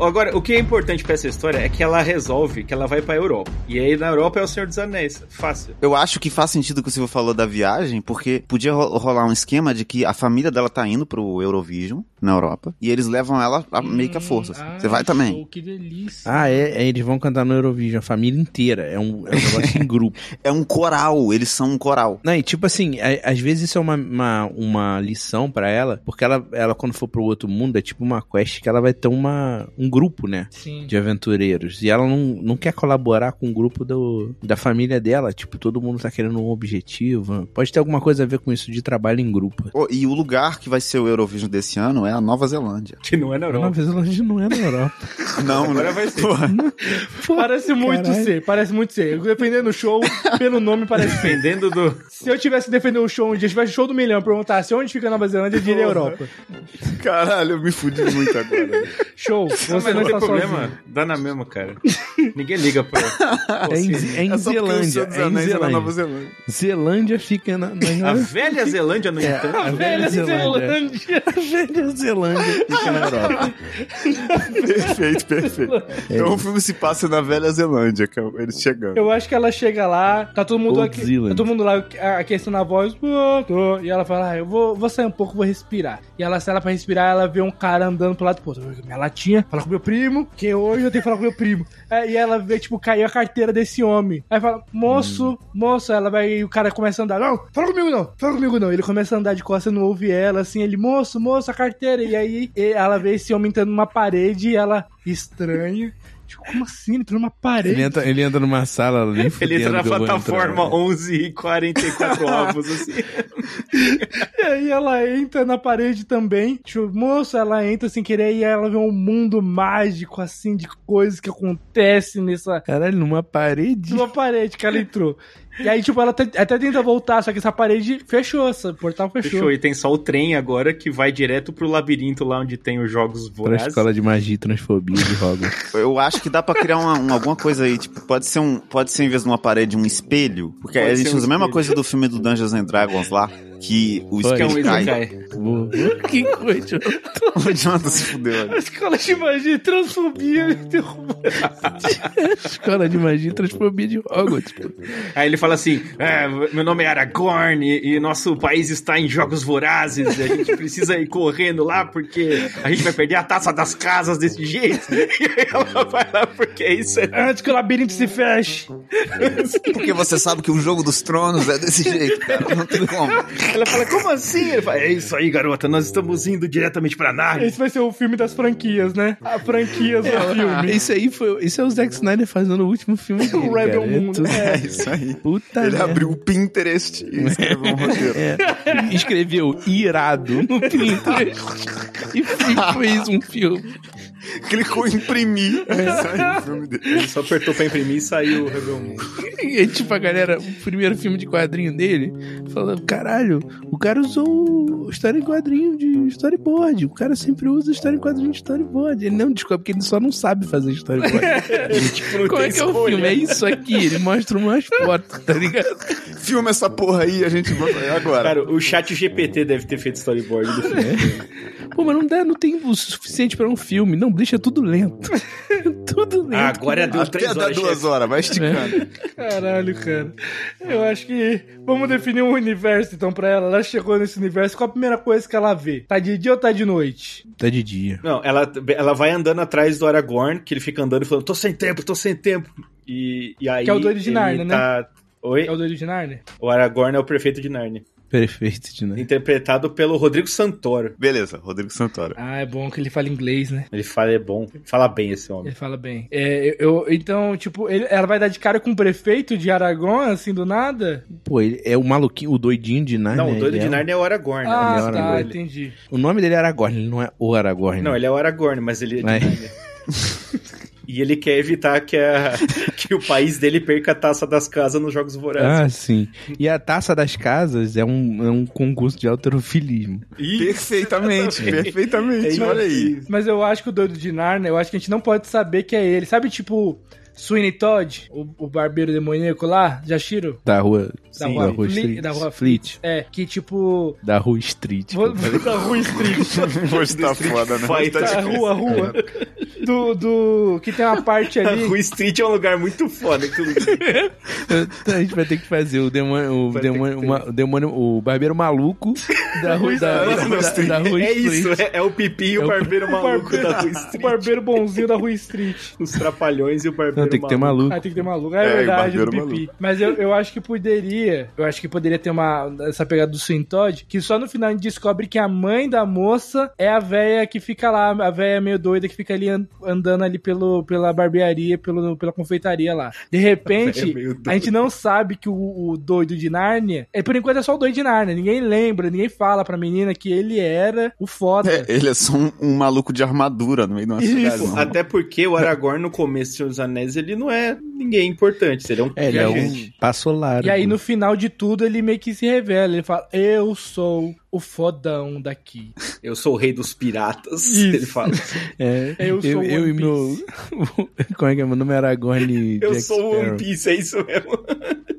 D: Agora, o que é importante pra essa história é que ela resolve que ela vai pra Europa. E aí na Europa é o Senhor dos Anéis. Fácil.
B: Eu acho que faz sentido o que o Silvio falou da viagem, porque podia ro- rolar um esquema de que a família dela tá indo pro Eurovision, na Europa, e eles levam ela a- meio que à força. assim.
C: Hum,
B: Você vai
C: ah,
B: também.
C: show, Que delícia.
A: Ah, é, é, Eles vão cantar no Eurovision, a família inteira. É um, é um negócio em grupo.
B: É um coral, eles são um coral.
A: Não, e tipo assim, a- às vezes isso é uma, uma, uma lição pra ela, porque ela, ela, quando for pro outro mundo, é tipo uma quest que ela vai ter uma, um grupo, né?
C: Sim.
A: De aventureiros. E ela não, não quer colaborar com o grupo do, da família dela. Tipo, todo mundo tá querendo um objetivo. Pode ter alguma coisa a ver com isso de trabalho em grupo.
B: Pô, e o lugar que vai ser o Eurovision desse ano é a Nova Zelândia.
D: Que não é na
A: Nova
D: Europa.
A: Zelândia não é na Europa.
B: Não,
D: Agora
B: né?
D: vai ser.
B: Pô,
C: Parece muito
A: caralho.
C: ser, parece muito ser. Dependendo do show, pelo nome parece ser.
D: Dependendo do.
C: Se eu tivesse defendendo o show um dia, se tivesse show do milhão, eu perguntasse onde fica a Nova Zelândia, eu diria
D: Porra.
C: Europa.
B: Caralho, eu me fudi muito agora. É
C: Show,
D: Não,
C: você
D: mas
C: não,
D: não tem
C: está
A: tá
D: problema.
C: sozinho.
D: Dá na mesma, cara. Ninguém liga pra.
A: É em,
D: Você-
A: é em
B: É só porque o
A: Zelândia.
B: Senhor dos
A: É em
B: Anéis é na Nova
A: Zelândia.
B: Zelândia.
A: Zelândia fica na, na
D: A
A: Inglaterra.
D: velha Zelândia, no entanto.
A: é, a
C: Velha Zelândia.
A: A velha Zelândia fica na Europa.
B: Perfeito, perfeito. Então o filme se passa na Velha Zelândia, que é eles chegando.
C: Eu acho que ela chega lá, tá todo mundo
A: Old
C: aqui,
A: Zealand.
C: tá todo mundo lá a- aquecendo a voz, "Pô, tô", e ela fala, ah, eu vou, vou sair um pouco, vou respirar. E ela sai lá pra respirar, ela vê um cara andando pro lado, pô, tô com minha latinha, fala com meu primo, que hoje eu tenho que falar com meu primo. É, e ela vê, tipo, caiu a carteira desse homem. Aí fala, moço, moço, ela vai, e o cara começa a andar, não, fala comigo não, fala comigo não. Ele começa a andar de costas, não ouve ela, assim, ele, moço, moço, a carteira. E aí e ela vê esse homem entrando numa parede e ela, estranha. Tipo, Como assim? Ele entrou numa parede.
A: Ele entra, ele entra numa sala nem
D: Ele entra
A: fudendo
D: na
A: que eu vou
D: plataforma
A: entrar.
D: 11 e 44 ovos, assim.
C: E aí ela entra na parede também. Tipo, moça, ela entra sem querer e ela vê um mundo mágico, assim, de coisas que acontecem nessa
A: Caralho, numa parede.
C: numa parede que ela entrou. E aí, tipo, ela até, até tenta voltar, só que essa parede fechou, essa- o portal fechou.
D: Fechou. E tem só o trem agora que vai direto pro labirinto lá onde tem os jogos
A: Pra
D: vorazes.
A: escola de magia e transfobia de Hogwarts.
B: Eu acho que dá pra criar uma, um- alguma coisa aí, tipo, pode ser um, pode ser em vez de uma parede um espelho, porque
D: Pode
B: a
D: ser
B: gente
D: um
B: usa a mesma
D: espelho.
B: coisa do filme do Dungeons and Dragons lá, que o
A: Foi.
D: Que é
B: espelho
D: um
B: cai.
D: Isekai.
A: Vou- que coisa.
B: Não adianta se fuder.
C: A
B: olha.
C: escola de magia e transfobia derrubou.
A: Escola de magia e transfobia de Hogwarts. pô.
D: Aí ele fala assim: "É, meu nome é Aragorn e, e nosso país está em jogos vorazes. E a gente precisa ir correndo lá porque a gente vai perder a taça das casas desse jeito. E aí ela vai lá porque isso é.
C: Antes que o labirinto se feche.
B: Porque você sabe que o jogo dos tronos é desse jeito, cara. Não tem como.
D: Ela fala: como assim? Ele fala: é isso aí, garota. Nós estamos indo diretamente para Narnia.
C: Esse vai ser o filme das franquias, né? A franquias do
A: É.
C: filme.
A: Ah, Isso aí foi. Isso é o Zack Snyder fazendo o último filme dele.
C: O Rebel
A: cara.
C: Moon,
A: tudo-
C: né?
B: É isso aí.
A: Puta
B: Ele
A: merda.
B: abriu o Pinterest e escreveu um roteiro.
A: É. Escreveu irado no Pinterest e fe- fez um filme.
B: Clicou em imprimir. É isso aí, o filme dele.
D: Ele só apertou pra imprimir e saiu o Rebel Moon.
A: E aí, tipo, a galera, o primeiro filme de quadrinho dele, falando: caralho, o cara usou história em quadrinho de storyboard. O cara sempre usa história em quadrinho de storyboard. Ele não descobre porque ele só não sabe fazer storyboard.
C: Tipo,
A: Como é que é o filme? É isso aqui. Ele mostra umas fotos, tá ligado?
B: Filma essa porra aí e a gente vai é agora.
D: Cara, o chat GPT deve ter feito storyboard do filme.
A: Pô, mas não dá, não tem o suficiente pra um filme. Não, deixa tudo lento. tudo lento.
D: Ah, agora deu
B: Até
D: três
B: dá
D: horas.
B: duas
D: chefe. É.
B: horas, vai esticando.
C: Caralho, cara. Eu acho que. Vamos definir um universo então pra ela. Ela chegou nesse universo. Qual a primeira coisa que ela vê? Tá de dia ou tá de noite?
D: é-
A: Tá de dia.
D: Não, ela, ela vai andando atrás do Aragorn, que ele fica andando e falando, tô sem tempo, tô sem tempo. E, e aí.
C: Que é o doido de
D: ele
C: Narnia,
D: tá... Oi?
C: É o do originário? né?
D: O Aragorn é o prefeito de Narnia.
A: Perfeito, de noite.
D: Interpretado pelo Rodrigo Santoro.
B: Beleza, Rodrigo Santoro.
C: Ah, é bom que ele fala inglês, né?
D: Ele fala, é bom. Fala bem esse homem.
C: Ele fala bem. É, eu, eu- então, tipo, ele- ela vai dar de cara com o prefeito de Aragão, assim, do nada?
A: Pô, ele é o maluquinho, o doidinho de Narnia.
D: Não, o doido
A: ele
D: de
A: é-
D: Narnia é o Aragorn. né?
C: Ah,
A: melhor
C: tá,
A: agora.
C: entendi.
A: O nome dele é Aragorn, ele não é o Aragorn.
D: Não, ele é o Aragorn, mas ele é de
A: Vai.
D: Narnia. E ele quer evitar que, a- que o país dele perca a taça das casas nos Jogos Vorazes.
A: Ah, sim. E a Taça das Casas é um, é um concurso de alterofilismo.
D: Ih,
B: Perfeitamente,
D: É
B: perfeitamente.
D: isso.
B: Olha aí.
C: Mas eu acho que o doido de Narnia, eu acho que a gente não pode saber que é ele. Sabe, tipo, Sweeney Todd, o, o barbeiro demoníaco lá, Jashiro?
A: Da rua.
C: Da
A: sim,
C: rua
A: da rua
C: Fli-
A: Street.
C: da rua
A: Fleet.
C: É, que tipo...
A: Da rua Street.
C: Vou, vou
D: Tá
C: da rua Street,
B: Hoje tá foda, né? Hoje tá
C: da
B: difícil.
C: rua, rua. Do, do... Que tem uma parte
A: Tá
D: A
C: ali...
D: Rue Street é um lugar muito foda. inclusive.
A: Então a gente vai ter que fazer o demônio. O,
D: Vai ter
A: demônio,
D: que ter.
A: uma- o demônio- o barbeiro maluco da rua da, da,
D: Não,
A: da rua
D: é
A: Street.
D: isso, é, é o Pipi e o
A: É o-
D: barbeiro maluco da Rue
C: O
D: Street.
C: barbeiro bonzinho da rua Street.
D: Os trapalhões e o barbeiro
A: Não, tem que ter maluco.
C: Ah, tem que ter maluco. É,
B: É, e o
C: verdade, do
B: barbeiro
C: pipi. Mas eu, eu acho que poderia. Eu acho que poderia ter uma. Essa pegada do Swin Todd. Que só no final a gente descobre que a mãe da moça é a véia que fica lá. A véia meio doida que fica ali an- andando ali pelo, pela barbearia, pelo, pela confeitaria lá. De
D: A
B: É
D: véia
C: repente,
D: meio doida.
C: a gente não sabe que o, o doido de Nárnia. É, por enquanto é só o doido de Nárnia. Ninguém lembra, ninguém fala pra menina que ele era o foda.
B: É, ele é só um, um maluco de armadura no meio de uma cidade.
D: Isso,
B: não.
D: até porque o Aragorn no começo de Senhor dos Anéis ele não é ninguém importante, ele é um
A: É, ele é
D: viajante.
A: um passolar.
C: E aí, no final de tudo, ele meio que se revela. Ele fala: Eu sou o fodão daqui.
D: Eu sou o rei dos piratas, ele fala.
A: É,
C: Eu
A: eu,
C: sou
A: eu,
C: One
A: e meu. Como é que é? Meu nome é Aragorn.
D: Eu
A: Jack
D: sou o One
A: Sparrow.
D: Piece, é isso mesmo.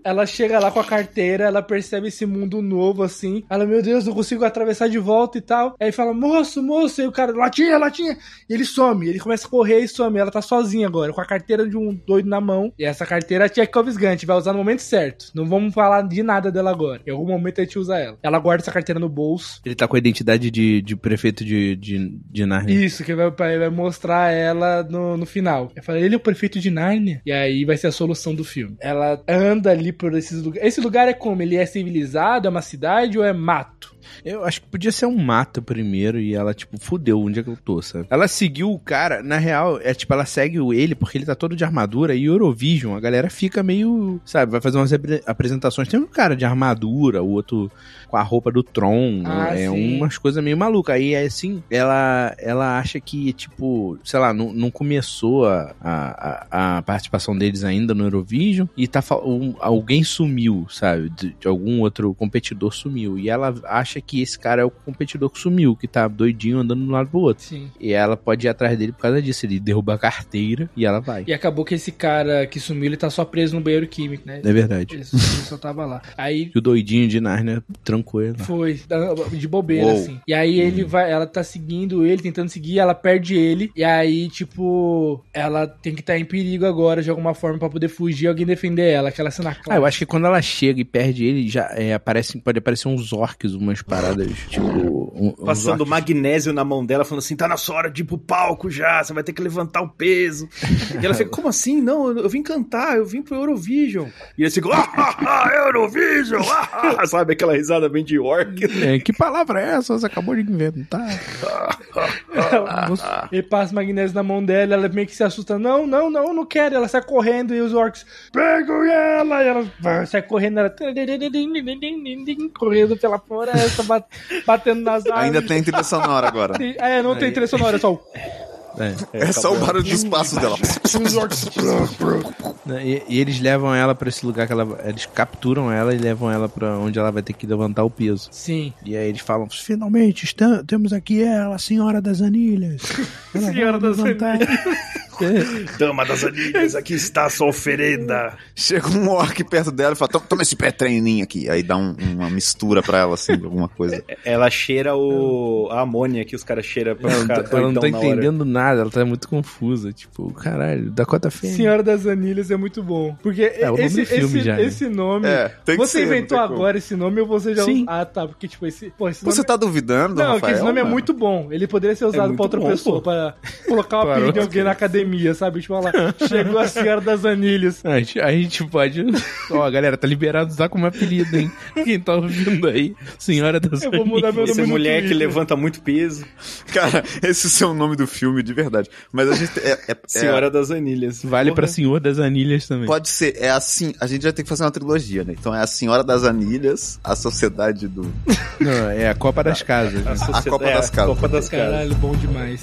C: Ela chega lá com a carteira, ela percebe esse mundo novo, assim. Ela, meu Deus, não consigo atravessar de volta e tal. Aí fala, moço, moço. Aí o cara, latinha, latinha. E ele some. Ele começa a correr e some. Ela tá sozinha agora, com a carteira de um doido na mão. E essa carteira é a Tchekhov's Gun, a gente vai usar no momento certo. Não vamos falar de nada dela agora. Em algum momento a gente usa ela. Ela guarda essa carteira no bolso.
A: Ele tá com a identidade de, de prefeito de, de, de Narnia.
C: Isso, que vai, vai vai mostrar ela no, no final. Eu falei, ele é o prefeito de Nárnia. E aí vai ser a solução do filme. Ela anda ali por esses lugares. Esse lugar é como? Ele é civilizado? É uma cidade ou é mato?
A: Eu acho que podia ser um mato primeiro e ela, tipo, fudeu onde é que eu tô, sabe? Ela seguiu o cara, na real, é tipo, ela segue o ele porque ele tá todo de armadura e Eurovision, a galera fica meio, sabe, vai fazer umas apre- apresentações. Tem um cara de armadura, o outro com a roupa do Tron,
C: Ah,
A: né? é
C: sim.
A: umas coisas meio malucas. Aí, é assim, ela, ela acha que, tipo, sei lá, não, não começou a, a, a- a participação deles ainda no Eurovision e tá, fal- um- alguém sumiu, sabe, de, de algum outro competidor sumiu. E ela acha acha que esse cara é o competidor que sumiu, que tá doidinho andando de um lado pro outro.
C: Sim.
A: E ela pode ir atrás dele por causa disso. Ele derruba a carteira e ela vai.
C: E acabou que esse cara que sumiu, ele tá só preso no banheiro químico, né?
A: É verdade.
C: Ele só, ele só tava lá. Aí
A: E o doidinho de Narnia trancou ele lá.
C: foi, da- de bobeira,
B: Uou.
C: assim. E aí ele vai, ela tá seguindo ele, tentando seguir, ela perde ele. E aí, tipo, ela tem que estar em perigo agora, de alguma forma, pra poder fugir e alguém defender ela. Aquela cena
A: Ah,
C: clara.
A: eu acho que quando ela chega e perde ele, já é, aparece, pode aparecer uns orcs, umas paradas, tipo... um- uns
D: Passando
A: orcs.
D: magnésio na mão dela, falando assim: tá na sua hora de ir pro palco já, você vai ter que levantar o peso. E ela fica: como assim? Não, eu eu vim cantar, eu vim pro Eurovision. E eles ficam: ah, ah, ah, Eurovision! ah, ah", sabe aquela risada bem de orc?
A: É, que palavra é essa? Você acabou de inventar.
B: Ah,
C: Ela- ele passa o magnésio na mão dela, ela meio que se assusta. Não, não, não, não quero. Ela sai correndo e os orcs pegam ela. E ela vai, sai correndo, ela correndo pela floresta, bat- batendo nas árvores.
B: Ainda tem trilha sonora agora.
C: Tem- É, não tem trilha sonora, é só o...
B: É só o barulho dos passos dela.
A: Né, E, e eles levam ela pra esse lugar que ela. Eles capturam ela e levam ela pra onde ela vai ter que levantar o peso.
C: Sim.
A: E aí eles falam: finalmente está- temos aqui ela, a senhora das anilhas. Ela tá
C: Senhora
A: vai
C: das
A: levantar."
D: Dama das anilhas, aqui está a sua oferenda.
B: Chega um orc perto dela e fala: "Toma- Toma esse pé treininho aqui. Aí dá um- uma mistura pra ela, assim, de alguma coisa.
C: É,
D: Ela cheira o... a amônia que os caras cheiram pra
A: Ela não
D: ficar
A: tá- ela não tá
D: doidão na hora.
A: entendendo nada, ela tá muito confusa. Tipo, caralho, Dakota Fanning.
C: Senhora das Anilhas é muito bom. Porque
A: o nome
C: esse,
A: do filme
C: esse,
A: já, né?
C: esse nome.
B: É, tem que ser,
C: você
B: não
C: inventou
B: tem como.
C: agora esse nome ou você já.
A: Sim.
C: Ah, tá. Porque, tipo, esse. Pô, esse
B: Pô, Você
C: nome.
B: tá duvidando,
C: Não,
B: Rafael,
C: que esse nome é
B: mano?
C: muito bom. Ele poderia ser usado
D: muito
C: pra outra
D: bom,
C: pessoa,
D: pô.
C: pra colocar o apelido de alguém na academia, sabe? Tipo, olha lá, chegou a Senhora das Anilhas.
A: A gente, a gente pode. Ó, galera, tá liberado usar como apelido, hein? Quem tá ouvindo aí, Senhora das
C: Eu vou mudar meu
A: Anilhas.
D: Essa
C: nome no
D: mulher que
C: Twitter.
D: levanta muito peso,
B: Cara, esse é o seu nome do filme, de verdade. Mas a gente. É, é- é-
D: Senhora das Anilhas.
A: Vale pra
D: Porra.
A: Senhor das Anilhas também.
B: Pode ser, é assim. A gente vai ter que fazer uma trilogia, né? Então é a Senhora das Anilhas, a Sociedade do.
A: Não, é a Copa das Casas.
B: Ah,
A: né?
D: Sociedade-
B: A Copa
D: é,
B: das Casas.
D: Copa das Casas.
C: Caralho, bom demais.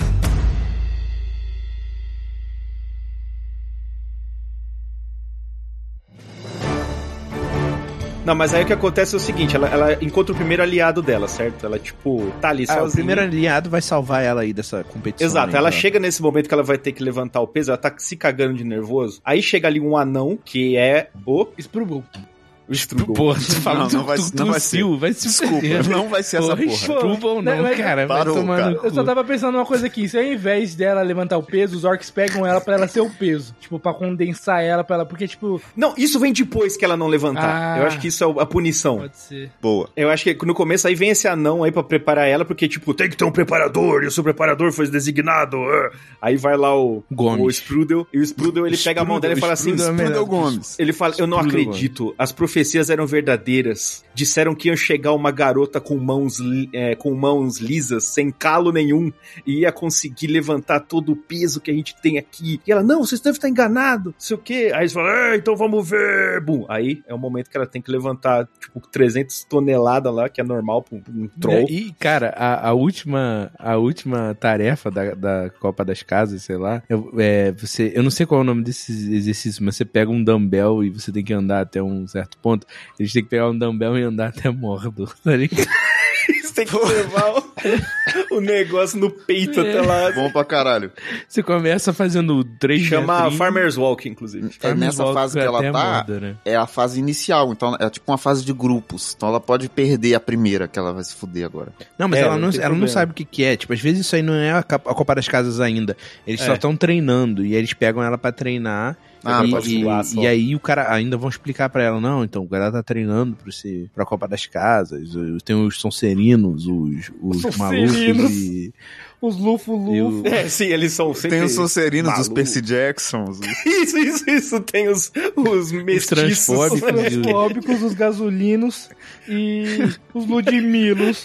D: Não, mas aí o que acontece é o seguinte: ela, ela encontra o primeiro aliado dela, certo? Ela, tipo, tá ali
A: Ah,
B: é
D: sozinha.
A: o primeiro aliado vai salvar ela aí dessa competição.
D: Exato,
A: né?
D: ela chega nesse momento que ela vai ter que levantar o peso, ela tá se cagando de nervoso. Aí chega ali um anão, que é o
C: Sprubble.
D: Strubo.
A: Porra, tu fala
B: Não,
A: tu,
B: não vai-
A: tu,
B: não vai
A: tossiu, vai se
B: Desculpa,
A: fuder.
B: não vai ser essa
A: Porra,
B: porra.
A: Struble não,
C: Não, mas-
A: cara.
B: Parou,
A: vai tomar
B: cara.
A: no cu.
C: Eu só tava pensando numa coisa aqui. Se ao invés dela levantar o peso, os orcs pegam ela pra ela ser o peso. Tipo, pra condensar ela, pra ela. Porque, tipo,
D: Não, isso vem depois que ela não levantar.
C: Ah.
D: Eu acho que isso é a punição.
C: pode ser.
B: Boa.
D: Eu acho que no começo aí vem esse anão aí pra preparar ela, porque, tipo, tem que ter um preparador, e o seu preparador foi designado. ah. Aí vai lá o,
A: Gomes.
D: o Strudel, e o Strudel ele pega a mão dela e fala assim:
A: Strudel é melhor.
B: Prudel Gomes.
D: Ele fala, eu não
A: Tudo
D: acredito, as profecias eram verdadeiras. Disseram que ia chegar uma garota com mãos, li- eh, com mãos lisas, sem calo nenhum, e ia conseguir levantar todo o peso que a gente tem aqui. E ela, não, vocês devem estar enganados, não sei o quê. Aí eles falam, é, então vamos ver. Bum. Aí é o momento que ela tem que levantar, tipo, 300 toneladas lá, que é normal pra um, pra um troll.
A: E, cara, a, a última, a última tarefa da, da Copa das Casas, sei lá, é, é você, eu não sei qual é o nome desses exercícios, mas você pega um dumbbell e você tem que andar até um certo ponto. Eles têm que pegar um dumbbell e andar até mordo. Tá ligado?
D: Eles têm É que levar o, É. o negócio no peito até lá.
B: É Bom pra caralho.
A: você começa fazendo três
D: Chama
A: metrinhos,
D: Farmer's Walk, inclusive.
B: É nessa
A: volta
B: fase que ela
A: até
B: tá,
A: mordo, né?
B: é a fase inicial, então é tipo uma fase de grupos. Então ela pode perder a primeira, que ela vai se fuder agora.
A: Não, mas
D: É,
A: ela,
D: não
A: não,
D: tem
A: ela não
D: problema.
A: sabe o que, que é. Tipo, às vezes isso aí não é a cap- a Copa das Casas ainda. Eles
D: É.
A: só estão treinando e aí eles pegam ela pra treinar.
B: Ah,
A: e,
B: pode
A: e-
D: zoar só.
A: e aí o cara ainda vão explicar pra ela, não, então o cara tá treinando pra, esse, pra Copa das Casas, o- tem os Sonserinos, os, os
C: Sonserinos.
A: malucos e,
C: Os lufo
A: e
C: lufo.
A: o-
D: É, sim, eles são sempre...
B: Tem os Socierinos, os
D: Maluco.
B: Percy Jacksons. né?
D: Isso, isso, isso. Tem os, os né?
A: os
D: mestiços.
A: transfóbicos. e
C: os
A: o-
C: óbicos, os gasolinos e os ludimilos.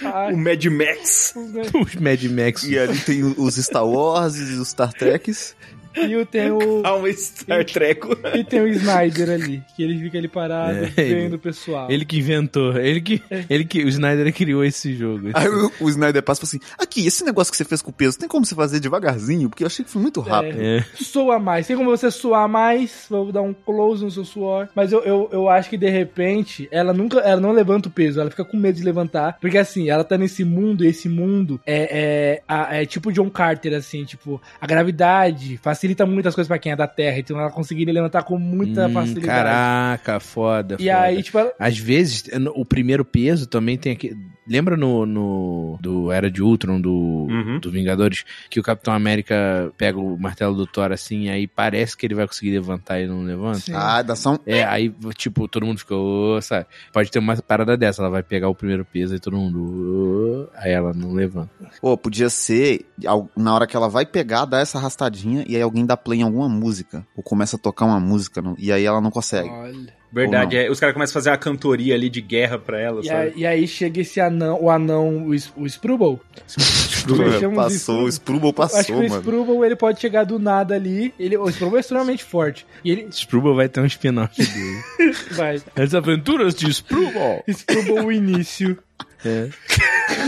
C: Ah,
D: né? O Mad Max.
C: os-
A: os Mad Max.
B: E ali tem os Star Wars e os Star Treks.
C: E o- tem o.
D: Há um Star Trek.
C: E tem o Snyder ali, que ele fica ali parado,
A: É,
C: vendo
A: ele-
C: o pessoal.
A: Ele que inventou, ele que,
C: É.
A: ele que, o Snyder criou esse jogo.
B: Aí o, o Snyder passa e fala assim: aqui, esse negócio que você fez com o peso, tem como você fazer devagarzinho? Porque eu achei que foi muito rápido.
A: É.
C: Soa mais. Tem como você suar mais, vou dar um close no seu suor. Mas eu, eu, eu acho que de repente ela nunca. Ela não levanta o peso, ela fica com medo de levantar. Porque assim, ela tá nesse mundo, e esse mundo é, é, a- é tipo John Carter, assim, tipo, a gravidade facilita muitas coisas pra quem é da Terra. Então ela conseguiria levantar com muita
A: Hum,
C: facilidade.
A: Caraca, foda,
C: E
A: foda.
C: aí, tipo, ela,
A: Às vezes, é no- o primeiro peso também tem aqui. Lembra no, no- do Era de Ultron, do,
D: Uhum.
A: do Vingadores, que o Capitão América pega o martelo do Thor assim, aí parece que ele vai conseguir levantar e não levanta?
C: Sim.
B: Ah, dá só um.
A: É, aí, tipo, todo mundo fica, "Ô", sabe? Pode ter uma parada dessa, ela vai pegar o primeiro peso e todo mundo, "Ô", aí ela não levanta.
B: Pô, podia ser al- na hora que ela vai pegar, dá essa arrastadinha e aí alguém dá play em alguma música. Ou começa a tocar uma música no- e aí ela não consegue.
C: olha.
D: Verdade,
B: Ou
D: é, os caras começam a fazer a cantoria ali de guerra pra ela,
C: E,
D: sabe?
C: aí- e aí chega esse anão, o anão, o, S- o Sprubble.
B: Sprubble
C: Fechamos
B: passou, o
C: isso. né?
B: Sprubble
C: Acho que
B: passou,
C: o
B: mano.
C: Sprubble ele pode chegar do nada ali. Ele, o Sprubble é extremamente forte. E ele
A: Sprubble vai ter um spin-off dele.
C: vai.
A: As aventuras de Sprubble!
C: Sprubble o início.
A: É.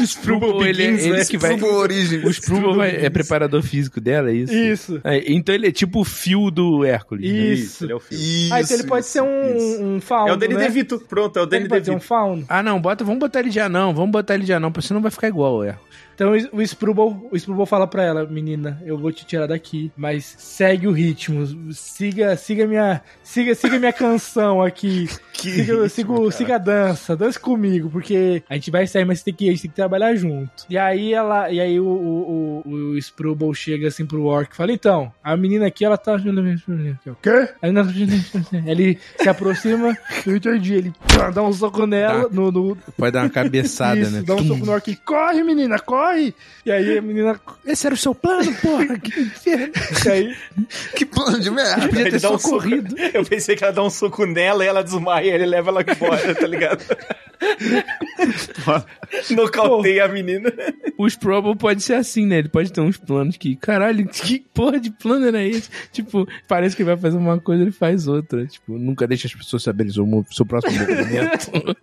A: Sprubble, ele, é-
D: Begins,
A: ele
D: né?
A: que vai...
B: Sprubble Origin.
A: O Sprubble vai- é preparador físico dela, é isso?
C: Isso.
A: É, então ele é tipo o fio do Hércules. né?
C: Isso.
D: ele é o filme.
B: Isso,
C: ah, então ele pode
B: isso,
C: ser
B: isso.
C: um, um fauno.
D: É o Danny
C: né?
D: DeVito, pronto, é o Danny
C: Ele pode ser
D: DeVito.
C: um fauno.
A: Ah, não, bota, vamos botar ele de anão, vamos botar ele de anão, porque senão vai ficar igual o Hércules.
C: Então o Sprubble, o Sprubble fala pra ela, menina, eu vou te tirar daqui, mas segue o ritmo, siga, siga minha, siga, siga minha canção aqui,
B: Que
C: siga,
B: ritmo,
C: siga-
B: cara.
C: siga a dança, dance comigo, porque a gente vai sair, mas tem que, a gente tem que trabalhar junto. E aí ela, e aí o, o, o, o Sprubble chega assim pro Orc e fala, então, a menina aqui, ela tá... O quê? Ele se aproxima do Richard Gere, ele pá, dá um soco nela, no- no,
A: Pode dar uma cabeçada,
C: isso,
A: né?
C: dá um
A: Tum.
C: soco no orc e corre, menina, corre! E aí a menina.
A: Esse era o seu plano, porra? Que inferno.
C: E aí,
B: Que plano de merda.
A: Podia
D: Ele
A: ter
D: dá um
A: só
D: soco-
A: corrido.
D: Eu pensei que ela dá um soco nela e ela desmaia e ele leva ela embora, tá ligado? Nocauteia a menina.
A: O Sprobel pode ser assim, né? Ele pode ter uns planos que, caralho, que porra de plano era esse? Tipo, parece que ele vai fazer uma coisa ele faz outra. Tipo, nunca deixa as pessoas saberem seu, mo- seu próximo movimento.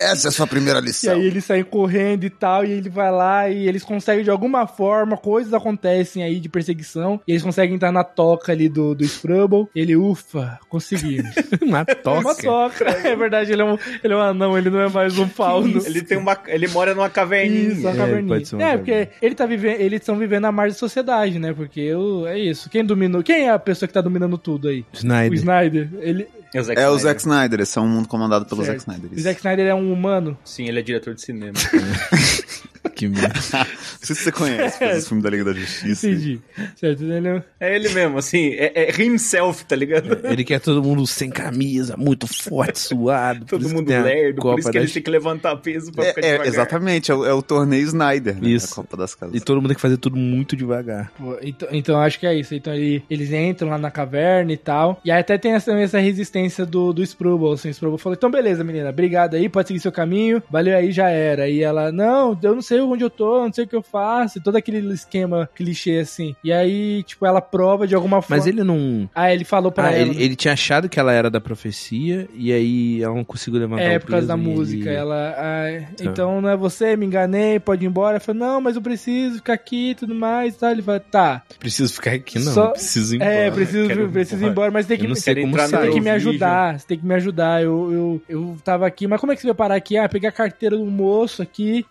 B: Essa é a sua primeira
C: e
B: lição.
C: aí eles saem correndo e tal, e ele vai lá e eles conseguem de alguma forma, coisas acontecem aí de perseguição, e eles conseguem entrar na toca ali do, do Scrubble. Ele, ufa, conseguimos.
A: Na
C: É Uma
A: toca.
C: toca. É verdade, ele é, um, ele é um anão, ele não é mais um fauno.
D: Ele tem uma. Ele mora numa caverninha.
C: Isso, a
A: É,
C: caverninha.
A: pode ser
C: É,
A: uma caverninha.
C: porque ele tá vivendo, eles estão vivendo a margem da sociedade, né? Porque o- é isso. Quem dominou? Quem é a pessoa que tá dominando tudo aí? O
A: Snyder.
C: Snyder. Ele,
D: É o Zack
B: É o
D: Snyder.
B: Zack Snyder, esse é um mundo comandado pelo
C: Certo.
B: Zack Snyder.
C: o
B: isso.
C: Zack Snyder é um humano.
D: Sim, ele é diretor de cinema.
A: Que merda.
B: Não sei se você conhece, fez os filmes da Liga da Justiça.
C: É. Entendi. Certo, ele é-
D: É ele mesmo, assim, é, é himself, tá ligado?
A: Ele quer todo mundo sem camisa, muito forte, suado. por
D: Todo
A: isso que
D: mundo
A: tem a
D: lerdo, por
A: Copa né?
D: isso que ele
A: das-
D: tem que levantar peso pra ficar
B: É,
D: devagar.
B: é, exatamente, é o, é o torneio Snyder, né?
A: Isso.
B: A Copa das Casas.
A: E todo mundo tem que fazer tudo muito devagar.
C: Pô, Então, então acho que é isso. Então ele- eles entram lá na caverna e tal. E aí até tem essa, essa resistência do, do Sprubble. Assim, o Sprubble falou: então beleza, menina, obrigado aí, pode seguir seu caminho. Valeu aí, já era. E ela: não, eu não sei onde eu tô, não sei o que eu faço. E todo aquele esquema clichê assim. E aí, tipo, ela prova de alguma forma.
A: Mas ele não.
C: Ah, ele falou pra
A: Ah,
C: ela.
A: ele, ele tinha achado que ela era da profecia e aí ela não conseguiu levantar
C: É,
A: o
C: por causa
A: peso
C: da
A: e ele-
C: música. Ela. ah, então não é você, me enganei, pode ir embora. Eu falei, não, mas eu preciso ficar aqui e tudo mais. Tá, ele fala, tá.
A: Preciso ficar aqui, não.
C: Só-
A: Preciso ir embora. né?
C: É, preciso,
D: quero ir
C: preciso ir
D: embora.
C: embora, mas tem
A: Eu
C: que,
A: não sei
D: quero
A: como
D: entrar
C: você
D: na
A: sair.
C: tem que me
D: Eurovision.
C: ajudar. Você tem que me ajudar. Eu, eu, eu tava aqui, mas como é que você veio parar aqui? Ah, peguei a carteira do moço aqui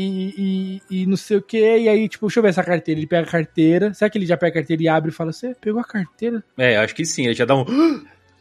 C: e, e, e- e não sei o que. E aí, tipo, deixa eu ver essa carteira. Ele pega a carteira. Será que ele já pega a carteira e abre e fala: Você pegou a carteira?
D: É, acho que sim, ele já dá um.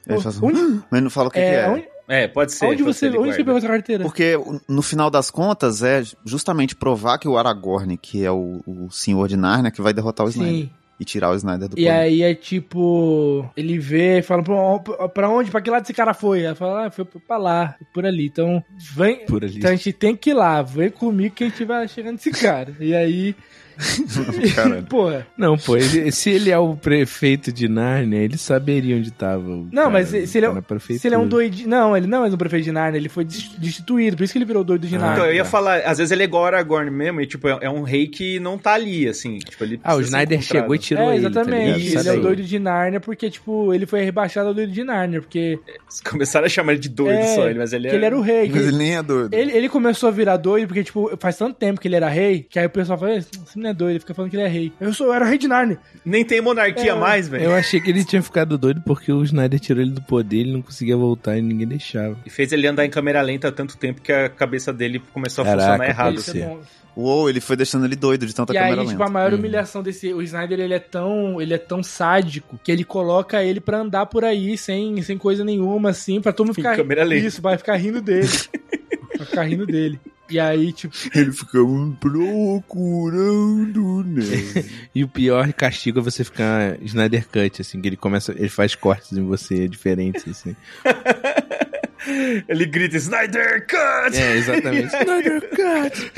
B: Ele faz um-
C: Onde-
B: Mas não fala o que
C: é,
B: é.
C: onde,
D: É, pode ser.
C: onde
D: pode
C: você,
D: ser, ele
C: onde você
D: guarda.
C: pegou essa carteira?
B: Porque no final das contas é justamente provar que o Aragorn, que é o, o senhor de Narnia, que vai derrotar o Snyder.
C: Sim.
B: E tirar o Snyder do
C: E
B: poder.
C: aí é tipo, ele vê e fala, pra, pra onde, pra que lado esse cara foi? Ela fala, ah, foi pra lá, por ali. Então, vem,
A: Por ali.
C: então a gente tem que ir lá, vem comigo que a gente vai chegando nesse cara. E aí,
B: Caralho.
C: Porra.
A: Não, pô, ele- se ele é o prefeito de Nárnia, ele saberia onde tava. o
C: Não, mas se ele é
A: tá
C: um-
A: na prefeitura.
C: Se ele é um doidinho. Não, ele não é um prefeito de Narnia, ele foi des- destituído, por isso que ele virou doido de
A: Ah,
D: Então,
C: Narnia.
D: eu ia
A: tá.
D: falar, às vezes ele é igual Aragorn mesmo, e tipo, é é um rei que não tá ali, assim. Tipo, ele
A: Ah, o
D: precisa ser
A: Snyder
D: encontrado.
A: chegou e tirou
C: é,
A: ele.
C: exatamente.
A: Tá
C: Ele,
A: ligado?
D: Isso
C: é o
D: aí.
C: doido de Narnia porque, tipo, ele foi rebaixado ao doido de Narnia, porque
D: Eles Começaram a chamar ele de doido
C: É,
D: só ele, mas ele
C: que ele era o rei. que
B: Mas
C: ele...
B: ele nem é doido.
C: ele começou a virar doido porque, tipo, faz tanto tempo que ele era rei, que aí o pessoal fala, esse esse menino é doido, ele fica falando que ele é rei. Eu sou, eu era o rei de Narnia.
D: Nem tem monarquia
C: É.
D: mais, velho.
A: Eu achei que ele tinha ficado doido porque o Snyder tirou ele do poder, ele não conseguia voltar e ninguém deixava.
D: E fez ele andar em câmera lenta há tanto tempo que a cabeça dele começou a
A: Caraca,
D: funcionar errado.
A: pode
C: Isso é
A: ser.
C: bom.
B: Uou, ele foi deixando ele doido de tanta
C: e aí,
B: câmera
C: tipo,
B: lenta.
C: a maior
A: Uhum.
C: humilhação desse. O Snyder, ele é tão. Ele é tão sádico que ele coloca ele pra andar por aí sem, sem coisa nenhuma, assim, pra todo mundo
D: Em
C: ficar.
D: câmera lenta.
C: Isso, vai ficar rindo dele. vai ficar rindo dele. E aí, tipo,
B: Ele fica "Hum, procurando, né?
A: E o pior castigo é você ficar Snyder Cut, assim, que ele começa, ele faz cortes em você diferentes, assim.
D: Ele grita, Snyder, cut!
A: É, exatamente. Snyder Cut!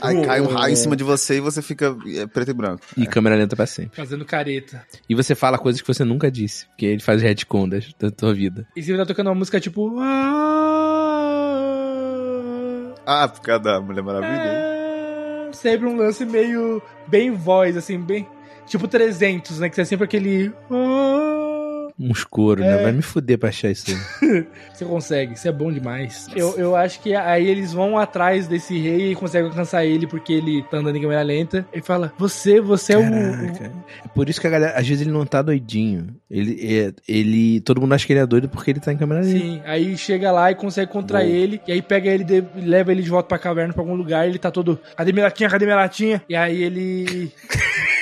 B: Aí cai um raio em cima de você e você fica é, preto e branco.
A: E câmera lenta pra sempre.
C: fazendo careta.
A: E você fala coisas que você nunca disse, porque ele faz retcon da, da tua vida.
C: E você tá tocando uma música tipo. ah,
B: Ah, por causa da Mulher Maravilha?
C: ah, Sempre um lance meio. Bem voz, assim, bem. Tipo 300, né? Que é sempre aquele. ah,
A: Uns couro,
C: É.
A: né? Vai me fuder pra achar isso aí.
C: Você consegue, isso é bom demais. Eu, eu acho que aí eles vão atrás desse rei e conseguem alcançar ele porque ele tá andando em câmera lenta. Ele fala: Você, você
A: um-
C: é o.
A: Caraca. É Por isso que a galera, às vezes ele não tá doidinho. Ele, é, ele, todo mundo acha que ele é doido porque ele tá em câmera
C: o-
A: lenta.
C: Sim, aí chega lá e consegue contra
A: Uou.
C: ele, e aí pega ele, de- leva ele de volta pra caverna pra algum lugar, ele tá todo. Cadê minha latinha? Cadê minha latinha? E aí ele.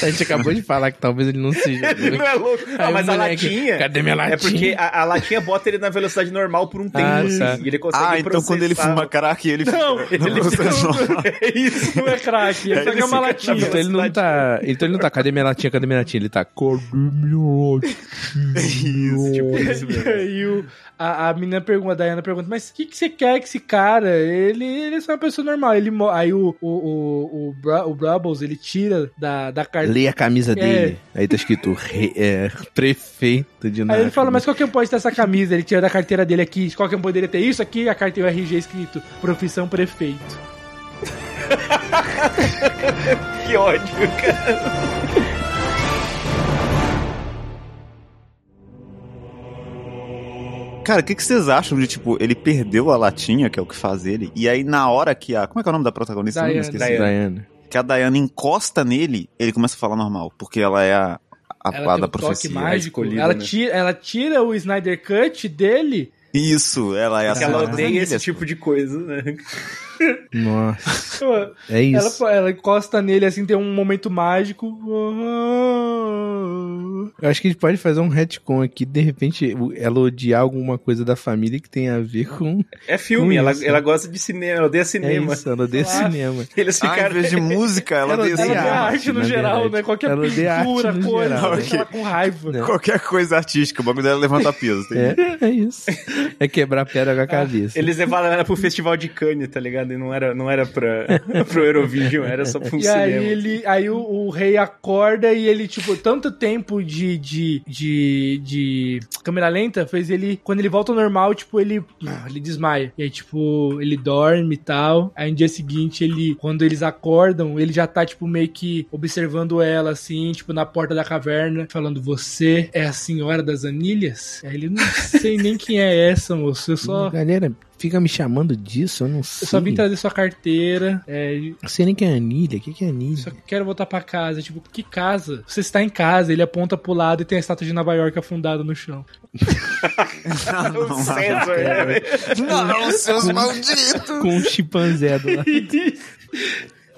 A: A gente acabou de falar que talvez ele não seja.
D: Ele não é louco. Ah,
A: Aí o
D: mas a
A: moleque,
D: latinha...
A: Cadê minha latinha?
D: É porque a, a latinha bota ele na velocidade normal por um tempo,
A: Ah, tá.
D: assim, e ele consegue
B: Ah, então quando ele
D: processar-
B: fuma crack, ele
D: Não,
B: fica.
D: ele
B: Não, você não.
D: É isso.
C: Não é craque, ele
D: Aí
C: só
D: ele
C: quer
D: fica
C: uma
D: na
C: latinha.
A: Então ele não tá. Então ele não tá. Cadê minha latinha? Cadê minha latinha? Ele tá. Cadê minha
B: Isso, tipo,
C: E aí o- a, a menina pergunta, a Diana pergunta, mas o que, que você quer que esse cara? Ele, ele é só uma pessoa normal. Ele, mo- aí o, o, o, o, Bra- o Brubbles, ele tira da, da carta.
A: Leia a camisa dele. Aí tá escrito re- é, prefeito de
C: Aí
A: Nápoles.
C: ele fala, mas qualquer um pode ter essa camisa. Ele tira da carteira dele aqui. Qualquer um poderia ter isso aqui. A carteira é RG escrito, profissão prefeito.
D: Que ódio, cara.
B: Cara, o que, que vocês acham de, tipo, ele perdeu a latinha, que é o que faz ele, e aí na hora que a. Como é que é o nome da protagonista? Eu não me
C: Diana.
B: esqueci.
D: Diana.
A: Diana.
B: Que a Diana encosta nele, ele começa a falar normal, porque ela é a, a,
C: Ela
B: lá
C: tem
B: da
C: um toque
B: profecia. é
C: mágico.
D: escolhida,
C: Ela,
D: né?
C: tira, ela tira o Snyder Cut dele.
B: Isso, ela é a
D: Porque ela
B: senhora das
D: odeia esse
B: anilhas,
D: tipo de coisa, né?
A: Nossa. É
C: Ela,
A: isso.
C: ela encosta nele, assim, tem um momento mágico.
A: Eu acho que a gente pode fazer um retcon aqui. De repente, o- ela odiar alguma coisa da família que tem a ver com.
D: É filme,
A: Com
D: ela,
A: isso.
D: ela gosta de cinema, ela odeia
A: É
D: cinema.
A: isso, ela odeia
C: Claro.
A: cinema.
D: Eles
B: Ah, em
D: ficaram.
B: vez de música,
A: Ela
B: ela, ela
A: odeia
C: Ela odeia
A: a
B: desenha.
A: arte,
C: arte no
A: na
C: geral,
A: verdade.
C: né? Qualquer
A: Ela odeia a
C: pintura,
A: arte no
C: coisa,
A: geral.
C: deixa ela tá com raiva.
A: Né?
B: Qualquer coisa artística, o bagulho dela é levantar peso. tem jeito.
A: É, é isso. É quebrar pedra com a cabeça.
D: Eles levaram ela pro festival de Cannes, tá ligado? E não era, não era pra, pro Eurovision, era só pro
C: E aí
D: cinema.
C: ele. Aí o, o rei acorda e ele, tipo, tanto tempo de, de. de. de câmera lenta fez ele. Quando ele volta ao normal, tipo, ele. Ele desmaia. E aí, tipo, ele dorme e tal. Aí no dia seguinte, ele. Quando eles acordam, ele já tá, tipo, meio que observando ela, assim, tipo, na porta da caverna, falando: Você é a senhora das anilhas? Aí ele não sei nem quem é essa, moço. Eu só.
A: Galera, fica me chamando disso, eu não
C: Eu
A: sei.
C: só vim trazer sua carteira. É,
A: Não sei nem que é anilha. O que, que é anilha?
C: só quero voltar pra casa. Tipo, que casa? Você está em casa, ele aponta pro lado e tem a estátua de Nova York afundada no chão.
B: Não,
D: O César, né?
B: não, não, seus malditos!
A: Com um chimpanzé do lado.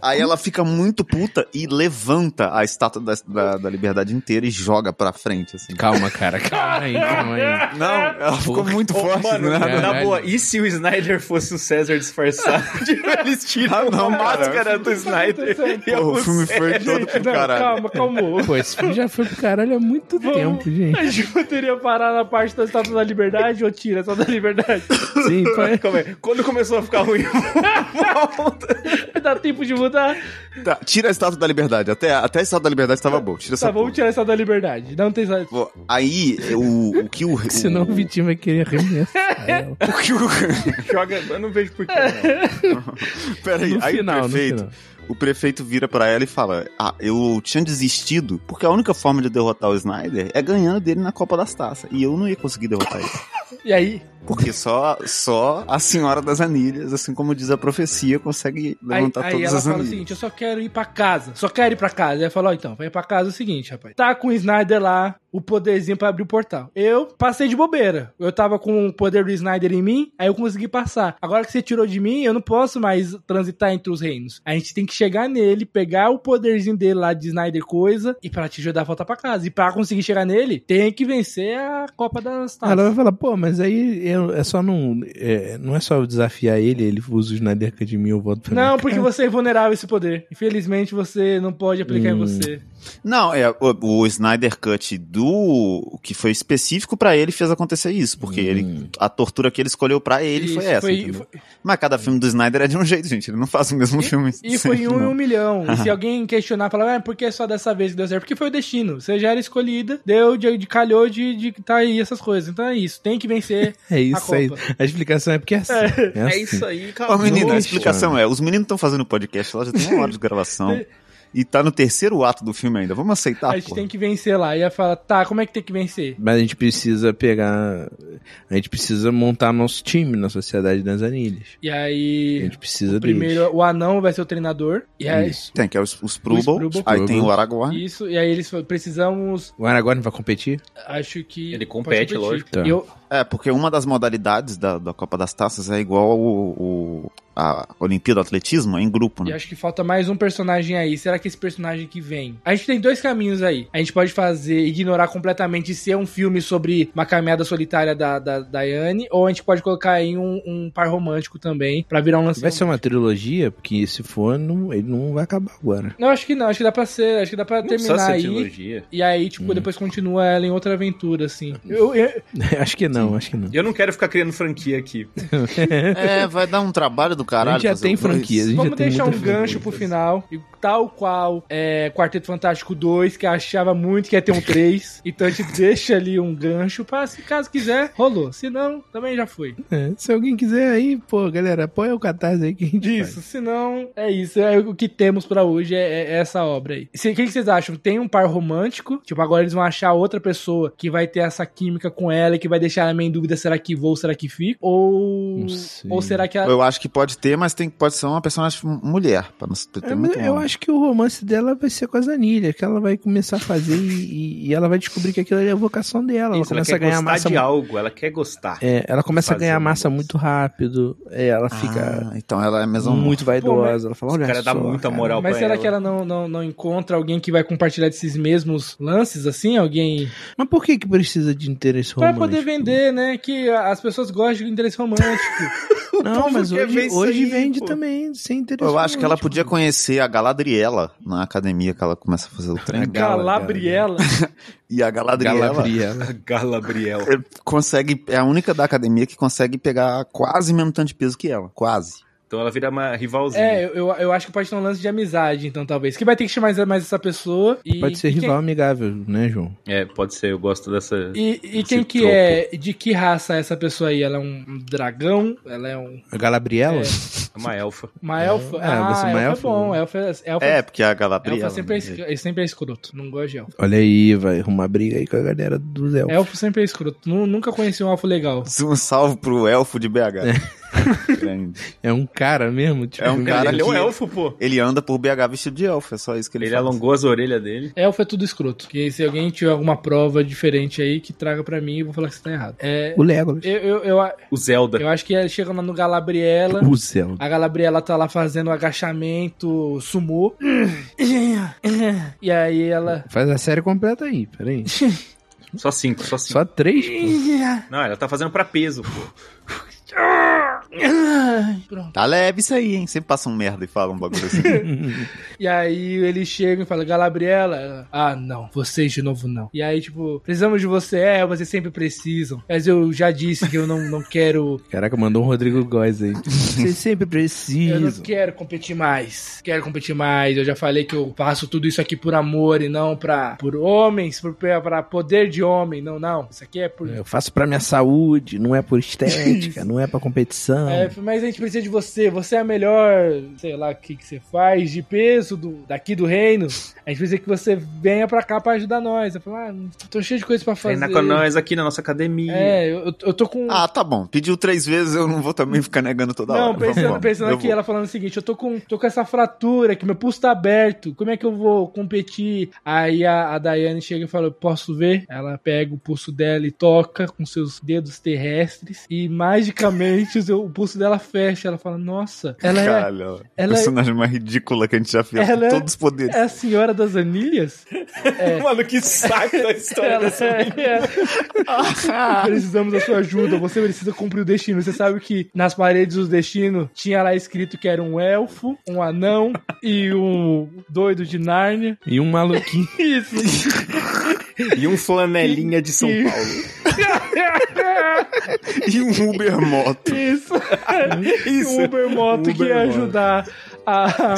B: Aí ela fica muito puta e levanta a estátua da, da, da liberdade inteira e joga pra frente, assim.
A: Calma, cara, calma aí, calma aí.
B: Não, ela ficou muito
D: Ô,
B: forte,
D: Mano,
B: né?
D: na
A: Caralho.
D: boa, e se o Snyder fosse o César disfarçado? Tipo, eles tiram
B: Ah, não,
D: a
B: cara.
D: máscara do Snyder. e é
B: Pô, o filme foi
D: César.
B: todo pro
C: Não,
B: caralho.
C: calma, calma.
A: Pô, esse filme já foi pro caralho há muito
C: Vamos.
A: tempo, gente.
C: A gente poderia parar na parte da estátua da liberdade ou tira a estátua da liberdade?
A: Sim, foi.
D: Calma aí. Quando começou a ficar ruim, volta.
C: Dá tempo de da.
B: Tá, tira a estátua da liberdade. Até, até a estátua da liberdade estava boa. Tira
C: Tá,
B: essa
C: vamos
B: porra.
C: tirar essa da liberdade. Não tem essa-
B: Bom, Aí, é, o, o que o. o-
A: Senão o Vitinho vai querer arremessar ela.
B: o que o-
D: Joga, eu não vejo porquê, não.
B: Peraí,
A: No
B: aí
A: final,
B: o
A: no
B: prefeito.
A: final.
B: O prefeito vira pra ela e fala: Ah, eu tinha desistido, porque a única forma de derrotar o Snyder é ganhando dele na Copa das Taças. E eu não ia conseguir derrotar ele.
C: E aí?
B: Porque só, só a Senhora das Anilhas, assim como diz a profecia, consegue
C: Aí,
B: levantar
C: aí
B: todas
C: ela
B: as
C: fala assim, o
B: anilhas.
C: seguinte: eu só quero ir pra casa. Só quero ir pra casa. Aí eu falo, ó, então, vai pra casa é o seguinte, rapaz. Tá com o Snyder lá, o poderzinho pra abrir o portal. Eu passei de bobeira. Eu tava com o poder do Snyder em mim, aí eu consegui passar. Agora que você tirou de mim, eu não posso mais transitar entre os reinos. A gente tem que chegar nele, pegar o poderzinho dele lá de Snyder coisa e pra te ajudar a voltar pra casa. E pra conseguir chegar nele, tem que vencer a Copa das Taças.
A: Ela vai falar, pô, mas aí eu- é só não. É, não é só eu desafiar ele, ele usa o Snyder Cut de mim, eu voto pra
C: Não,
A: minha
C: porque
A: cara.
C: você é vulnerável a esse poder. Infelizmente, você não pode aplicar em
B: Hum.
C: você.
B: Não, é o, o Snyder Cut do. que foi específico pra ele fez acontecer isso. Porque ele, a tortura que ele escolheu pra ele foi
C: Isso,
B: essa.
C: foi-
B: entendeu?
C: foi-
B: Mas cada filme do Snyder é de um jeito, gente. Ele não faz o mesmo filme.
C: E foi
B: sempre,
C: um em
B: não.
C: um milhão. E se alguém questionar, falar, ah, por que só dessa vez que deu certo? Porque foi o destino. Você já era escolhida, deu, de, de calhou de, de tá aí essas coisas. Então é isso, tem que vencer.
A: É isso
C: a
A: aí.
C: Copa.
A: A explicação é porque é assim. É,
D: É
A: assim.
D: isso aí,
B: Ó,
D: cara.
B: menina, a
A: Nossa.
B: explicação é: os meninos estão fazendo podcast lá, já tem uma hora de gravação. e tá no terceiro ato do filme ainda. Vamos
A: Tá,
B: aceitar,
C: a gente
B: pô.
C: tem que vencer lá. E ela fala, tá, como é que tem que vencer?
A: Mas a gente precisa pegar. A gente precisa montar nosso time na Sociedade das Anilhas.
C: E
A: A
C: aí,
A: gente precisa deles.
C: primeiro, o anão vai ser o treinador. E aí,
A: Isso.
B: Tem que é os, os Prubal,
C: Prubal.
B: aí tem o Aragorn.
C: isso. E aí eles falam, precisamos,
A: O Aragorn vai competir?
C: acho que...
D: Ele
C: pode
D: compete,
C: competir.
D: lógico.
A: Tá.
C: Eu,
B: É, porque uma das modalidades da, da Copa das Taças é igual o, o- a Olimpíada do Atletismo, é em grupo,
C: E
B: né?
C: acho que falta mais um personagem aí. Será que esse personagem que vem? A gente tem dois caminhos aí. A gente pode fazer, ignorar completamente e ser um filme sobre uma caminhada solitária da, da, da Anne, ou a gente pode colocar aí um, um par romântico também, pra virar um lance.
A: Vai ser uma trilogia, porque se for, não- ele não vai acabar agora.
C: Não, acho que não. Acho que dá pra ser. Acho que dá pra
D: Não precisa ser
C: terminar aí.
D: trilogia.
C: E aí, tipo, depois continua ela em outra aventura, assim. Eu, eu-
A: acho que não, acho que não.
D: Eu não quero ficar criando franquia aqui.
B: É, vai dar um trabalho do caralho.
A: a gente já
B: fazer
A: tem
B: os dois.
A: franquias. A gente
C: vamos
A: já tem
C: deixar um
A: muita franquia.
C: gancho pro final. E tal qual é, Quarteto Fantástico 2, que achava muito que ia ter um 3. então a gente deixa ali um gancho pra, se caso quiser, rolou. Se não, também já foi.
A: É, se alguém quiser aí, pô, galera, apoia o Catarse aí que a gente faz.
C: Isso, se não, é isso. É o que temos pra hoje, é, é essa obra aí. Se- O que, que vocês acham? Tem um par romântico? Tipo, agora eles vão achar outra pessoa que vai ter essa química com ela e que vai deixar ela meio em dúvida: será que vou, será que fico? Ou.
A: Não sei.
C: Ou será que ela.
B: Eu acho que pode ter, mas tem, pode ser uma personagem mulher, pra não ter
A: É, mas
B: muito
A: eu
B: homem.
A: acho que o romance dela vai ser com as anilhas, que ela vai começar a fazer e, e- e ela vai descobrir que aquilo ali é a vocação dela. Ela
D: Isso,
A: começa a
D: ela quer
A: ganhar
D: gostar
A: massa.
D: de
A: mu-
D: algo, ela quer gostar.
A: É, ela começa a
D: fazer
A: ganhar
D: um
A: massa
D: negócio.
A: muito rápido. é, ela fica
B: Ah, então ela é mesmo
A: muito
C: Pô, mas-
A: vaidosa. Ela fala,
D: Esse
A: olha
D: cara dá
A: só,
D: muita
A: cara."
D: moral
C: Mas
D: pra
C: será
D: ela.
C: que ela não, não, não encontra alguém que vai compartilhar desses mesmos lances, assim? Alguém.
A: Mas por que que precisa de interesse
C: Pra
A: romântico?
C: poder vender, né? Que a- as pessoas gostam de interesse romântico.
A: Não,
D: povo
A: mas
D: quer ver
A: hoje,
D: isso
A: hoje
D: aí,
A: vende
D: pô.
A: também, sem interesse
B: Eu acho que ela
A: romântico.
B: podia conhecer a Galadriela na academia que ela começa a fazer o treino.
A: Gala,
C: Galabriela.
B: E a Galadriela
A: Galadriela.
D: Galabriel.
B: consegue, é a única da academia que consegue pegar quase o mesmo tanto de peso que ela. Quase.
D: Então ela vira uma rivalzinha.
C: É, eu, eu- eu acho que pode ter um lance de amizade, então, talvez. Que vai ter que chamar mais essa pessoa. E,
A: Pode ser
C: e quem-
A: rival amigável, né, João?
D: É, pode ser, eu gosto dessa.
C: E, e
D: Esse
C: quem que
D: tropo.
C: é? De que raça é essa pessoa aí? Ela é um dragão? Ela é um,
A: A Galabriela?
D: é Uma elfa.
C: uma elfa?
A: é, vai ser uma
C: elfa é
A: elfa.
C: bom. Elfa, elfa,
B: É, porque a
C: elfa
B: Galadriela.
C: sempre, é,
B: né?
C: escro- sempre é escroto. Não gosto de elfa.
A: Olha aí, vai arrumar briga aí com a galera do Zé.
C: Elfo sempre é escroto. Nu- Nunca conheci um elfo legal.
B: Um salve pro elfo de BH. Grande.
A: É um cara mesmo? Tipo,
B: É um cara
D: ele é um
B: que-
D: elfo, pô.
B: ele anda por BH vestido de elfo, é só isso que ele,
D: Ele
B: faz.
D: alongou as orelhas dele.
C: Elfo é tudo escroto. Que se alguém tiver alguma prova diferente aí, que traga pra mim, eu vou falar que você tá errado. É,
A: O Legolas.
C: eu, eu, eu, a-
D: O Zelda.
C: eu acho que é chegando no Galabriela.
A: O Zelda.
C: A Galabriela tá lá fazendo agachamento, sumô. E aí ela.
A: Faz a série completa aí, peraí.
D: Só cinco, só cinco.
A: Só três? pô.
D: Não, ela tá fazendo pra peso, pô.
C: Pronto.
B: Tá leve isso aí, hein? Sempre passa um merda e fala um bagulho assim.
C: E aí ele chega e fala, Galabriela, Ela, ah não, vocês de novo não. E aí, tipo, precisamos de você, é, vocês sempre precisam. Mas eu já disse que eu não, não quero.
A: Caraca, mandou um Rodrigo Góes aí. Vocês sempre
C: Eu não
A: precisam.
C: quero competir mais. Quero competir mais. Eu já falei que eu faço tudo isso aqui por amor e não pra, por homens, por, pra poder de homem. Não, não. Isso aqui é por.
A: Eu faço pra minha saúde, não é por estética, não é pra competição.
C: É, mas a gente precisa de você. Você é a melhor, sei lá, o que, que você faz de peso do, daqui do reino. A gente precisa que você venha pra cá pra ajudar nós. Eu falo, ah, tô cheio de coisa pra fazer.
D: Treinar Tá com nós aqui na nossa academia.
C: É, eu, eu- eu tô com.
B: Ah, tá bom. Pediu três vezes, eu não vou também ficar negando toda hora.
C: não, pensando,
B: Vamos,
C: pensando
B: eu
C: aqui,
B: vou.
C: ela falando o seguinte: eu tô com, tô com essa fratura aqui, meu pulso tá aberto, como é que eu vou competir? Aí a, a Daiane chega e fala: eu posso ver? Ela pega o pulso dela e toca com seus dedos terrestres, e magicamente o seu- o pulso dela fecha. Ela fala: nossa, ela é.
B: Caralho,
C: ela é-
B: personagem mais ridícula que a gente já fez.
C: Ela
B: com
C: é-
B: Todos os poderes.
C: É a senhora das anilhas?
D: Mano, que saco da história
C: Ela
D: dessa
C: é, é. Precisamos da sua ajuda. Você precisa cumprir o destino. Você sabe que nas paredes do destino tinha lá escrito que era um elfo, um anão e um doido de Nárnia.
A: E um maluquinho.
C: Isso.
D: E um flanelinha de São
C: Que-
D: Paulo.
B: E um Uber moto.
C: Isso. Um Uber moto que ia
D: Ubermoto.
C: ajudar a,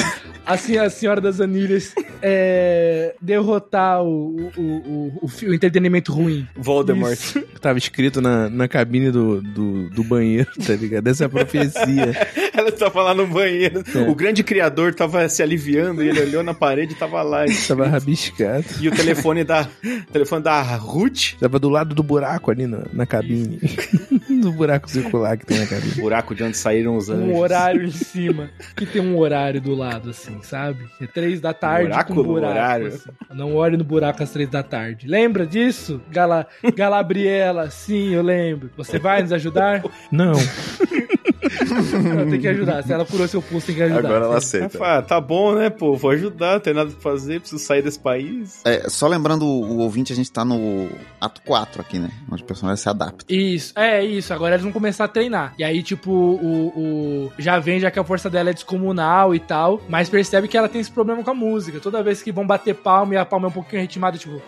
C: assim, a senhora das anilhas é, derrotar o, o, o, o, fi- o entretenimento ruim.
D: Voldemort.
C: Isso.
A: Tava escrito na, na cabine do, do, do banheiro, tá ligado? Essa é a profecia.
D: Ela tava lá no banheiro. O grande criador tava se aliviando e ele olhou na parede e tava lá.
A: Tava rabiscado.
D: E o telefone da, o telefone da Ruth,
A: Tava do lado do buraco ali na, na cabine. do buraco circular que tem na cabine.
D: buraco de onde saíram os anjos.
C: um horário em cima, que tem um horário do lado, assim, sabe? É três da tarde
D: Buraco
C: com
D: no horário.
C: buraco. assim. Não olhe no buraco às três da tarde. Lembra disso, Gala... Galabriela? Sim, eu lembro. Você vai nos ajudar?
A: Não.
C: Ela tem que ajudar. Se ela curou seu pulso, tem que ajudar.
B: Agora ela
D: Ela
B: aceita.
D: fala, tá bom, né, pô? Vou ajudar, não tem nada pra fazer, preciso sair desse país.
B: É, só lembrando o o ouvinte, a gente tá no ato 4 aqui, né? Onde o personagem se adapta.
C: Isso, é isso. Agora eles vão começar a treinar. E aí, tipo, o, o- Já vem, já que a força dela é descomunal e tal. Mas percebe que ela tem esse problema com a música. Toda vez que vão bater palma e a palma é um pouquinho ritmada, tipo.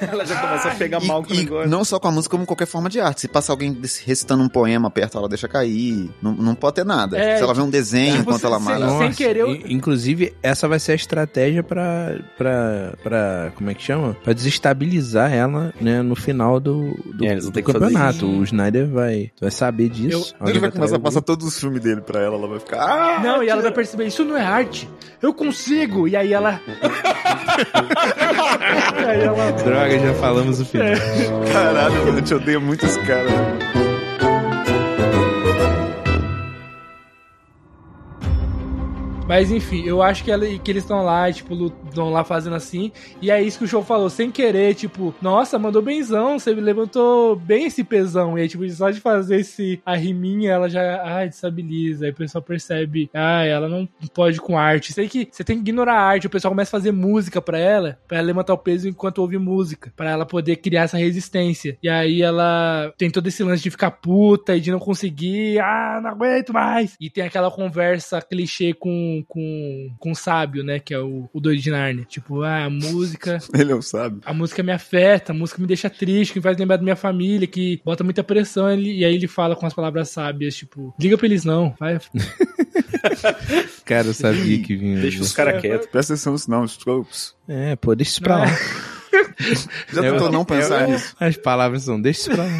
D: Ela já começa a pegar mal com o
B: Ah, E- e
D: negócio.
B: não só com a música, como qualquer forma de arte. Se passa alguém des- recitando um poema perto, ela deixa cair. Não, não pode ter nada.
C: É,
B: se ela vê um desenho
C: tipo,
B: enquanto ela
C: se-
B: malha.
C: Sem querer, eu-
A: in- inclusive, essa vai ser a estratégia pra, pra, pra. Como é que chama? Pra desestabilizar ela, né? No final do, do,
D: É, eles vão
A: do
D: ter que fazer
A: campeonato.
C: isso.
A: O Snyder vai, vai saber disso.
B: Ele
A: Alguém
B: vai começar a
A: trair
B: passar
A: o-
B: todos os filmes dele pra ela, ela vai ficar. "Ah,
C: Não, e ela vai perceber, isso não é arte. Eu consigo. E aí ela. e aí ela.
A: Droga, já falamos o final.
D: É,
B: Caralho, mano, eu te odeio muito esse cara.
C: Mas enfim, eu acho que, ela, que eles estão lá, tipo, estão lá fazendo assim. E é isso que o show falou, sem querer, tipo, nossa, mandou benzão, você levantou bem esse pesão. E aí, tipo, só de fazer esse a riminha, ela já ai, desestabiliza. Aí o pessoal percebe, ah, ela não pode com arte. Sei que você tem que ignorar a arte, o pessoal começa a fazer música pra ela, pra ela levantar o peso enquanto ouve música, pra ela poder criar essa resistência. E aí ela tem todo esse lance de ficar puta e de não conseguir, ah, não aguento mais. E tem aquela conversa clichê com com, com o sábio, né, que é o, o doido de Narnia. Tipo, ah, a música
B: Ele é um não sabe.
C: a música me afeta, a música me deixa triste, que me faz lembrar da minha família, que bota muita pressão. Ele, e aí ele fala com as palavras sábias, tipo, liga pra eles não, vai.
A: Cara, eu sabia
B: Ih,
A: que vinha.
D: Deixa os caras quietos.
B: Presta atenção nisso, não. Strokes.
A: É, pô, deixa isso pra lá.
B: Já
A: Eu-
B: tentou não pensar
A: eu-
B: nisso?
A: As palavras são, deixa isso pra lá.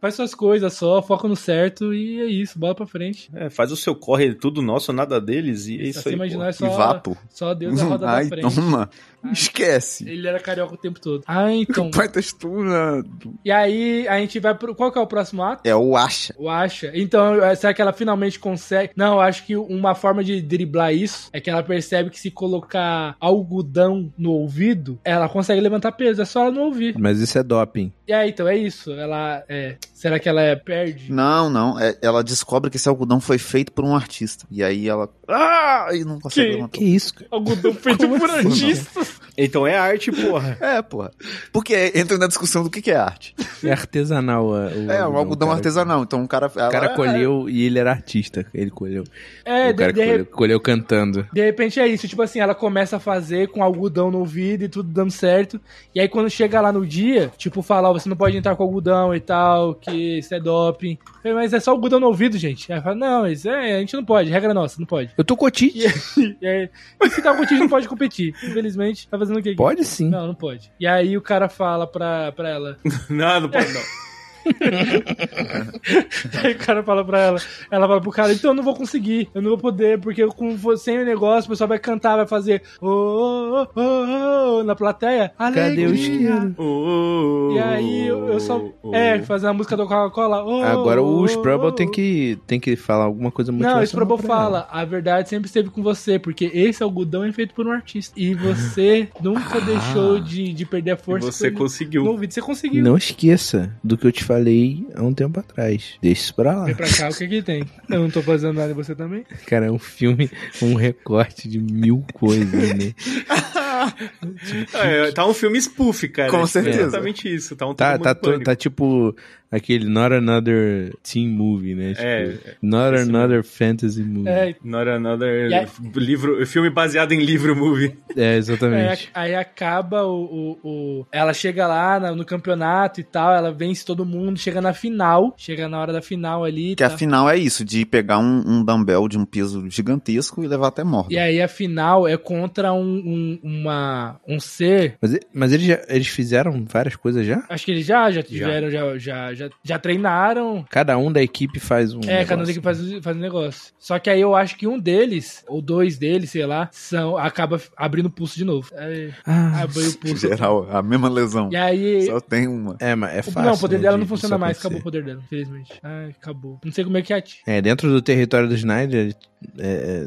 C: Faz suas coisas só, foca no certo e é isso, bola pra frente.
D: É, faz o seu corre, tudo nosso, nada deles, e é isso
C: Se
D: aí.
C: imaginar, é
B: E
C: só,
B: vapo.
C: só Deus a roda
B: Ai,
C: da frente. Ah.
B: toma. Esquece.
C: Ele era carioca o tempo todo. Ah, então.
B: Pai texturado.
C: E aí a gente vai pro. Qual que é o próximo ato?
B: É o acha.
C: O Asha. Então, eh, será que ela finalmente consegue? Não, eu acho que uma forma de driblar isso é que ela percebe que se colocar algodão no ouvido, ela consegue levantar peso. É só ela não ouvir.
A: Mas isso é doping.
C: E aí, então, é isso. Ela é. Será que ela é, perde?
B: Não, não. é- ela descobre que esse algodão foi feito por um artista. E aí ela. Ah! E não consegue
C: Que-
B: levantar.
A: Que isso, cara?
C: Algodão feito por
A: assim,
C: artistas.
D: Então é arte, porra.
B: É, porra. Porque entra na discussão do que, que é arte.
A: É artesanal. a- O
B: É, um algodão
A: cara.
B: artesanal. Então o cara.
A: O cara
B: é,
A: colheu e ele era artista. Ele colheu.
C: É,
A: o cara
C: de, de,
A: colheu, colheu cantando.
C: de repente é isso. Tipo assim, ela começa a fazer com algodão no ouvido e tudo dando certo. E aí quando chega lá no dia, tipo, fala, ó, você não pode entrar com algodão e tal, que isso é doping. Eu falei, mas é só algodão no ouvido, gente. Aí fala, não, isso é, a gente não pode, regra nossa, não pode.
A: Eu tô cotite.
C: E aí, e se tá competindo, não pode competir. Infelizmente, tá fazendo o quê? aqui?
A: Pode sim.
C: Não, não pode. E aí o cara fala pra, pra ela.
D: Não, não pode não.
C: aí o cara fala pra ela. Ela fala pro cara, então eu não vou conseguir. Eu não vou poder, porque eu com vo- sem o negócio, o pessoal vai cantar, vai fazer. Ô, ô, ô, ô, ô, na plateia.
A: Cadê o isqueiro?
C: E aí eu, eu só. É, fazer a música do Coca-Cola. Ô,
A: Agora
C: ô,
A: o Sprubble
C: ô,
A: tem que, tem que falar alguma coisa muito
C: Não, o Sprobel fala, a verdade sempre esteve com você, porque esse algodão é feito por um artista. E você nunca
A: Ah.
C: deixou de, de perder a
D: E
C: força.
D: você
C: que foi no
D: conseguiu.
C: ouvido. Você conseguiu.
A: Não esqueça do que eu te falei há um tempo atrás. Deixa isso pra lá.
C: Vem pra cá, o que que tem? Eu não tô fazendo nada e você também?
A: Cara, é um filme, um recorte de mil coisas, né?
D: É, tá um filme spoof, cara.
B: Com
D: É
B: certeza.
D: Exatamente isso. Tá um
A: Tá,
D: Todo Mundo
A: tá, to-
D: Pânico.
A: tá tipo aquele Not Another Teen Movie, né? Tipo,
D: É,
A: Not
D: esse mesmo.
A: Another Fantasy Movie. É,
C: É,
D: Not Another
C: E aí-
D: livro, filme baseado em livro movie.
A: É, exatamente.
C: aí, aí acaba o, o- o- Ela chega lá na- no campeonato e tal, ela vence todo mundo, chega na final, chega na hora da final ali. e
B: Que
C: tal.
B: afinal é isso, de pegar um, um dumbbell de um peso gigantesco e levar até
A: né?
B: morte.
C: E aí a final é contra um, um, uma, um ser.
A: Mas, e- mas eles, já, eles fizeram várias coisas já?
C: Acho que eles já, já tiveram, já, já, já, já treinaram.
A: Cada um da equipe faz um.
C: É, cada um
A: negócio.
C: tem que fazer, fazer um negócio. Só que aí eu acho que um deles, ou dois deles, sei lá, são, acaba abrindo o pulso de novo. Aí,
A: Ah,
C: abriu o pulso.
B: Geral, a mesma lesão.
C: E aí,
B: Só tem uma.
A: é, mas é
C: O-
A: fácil.
C: não, o poder
A: né,
C: dela
A: de-
C: não funciona
A: disso
C: mais.
A: acontecer.
C: Acabou o poder dela, infelizmente. Ai, acabou. Não sei como é que é a ti.
A: É, dentro do território do Snyder. É,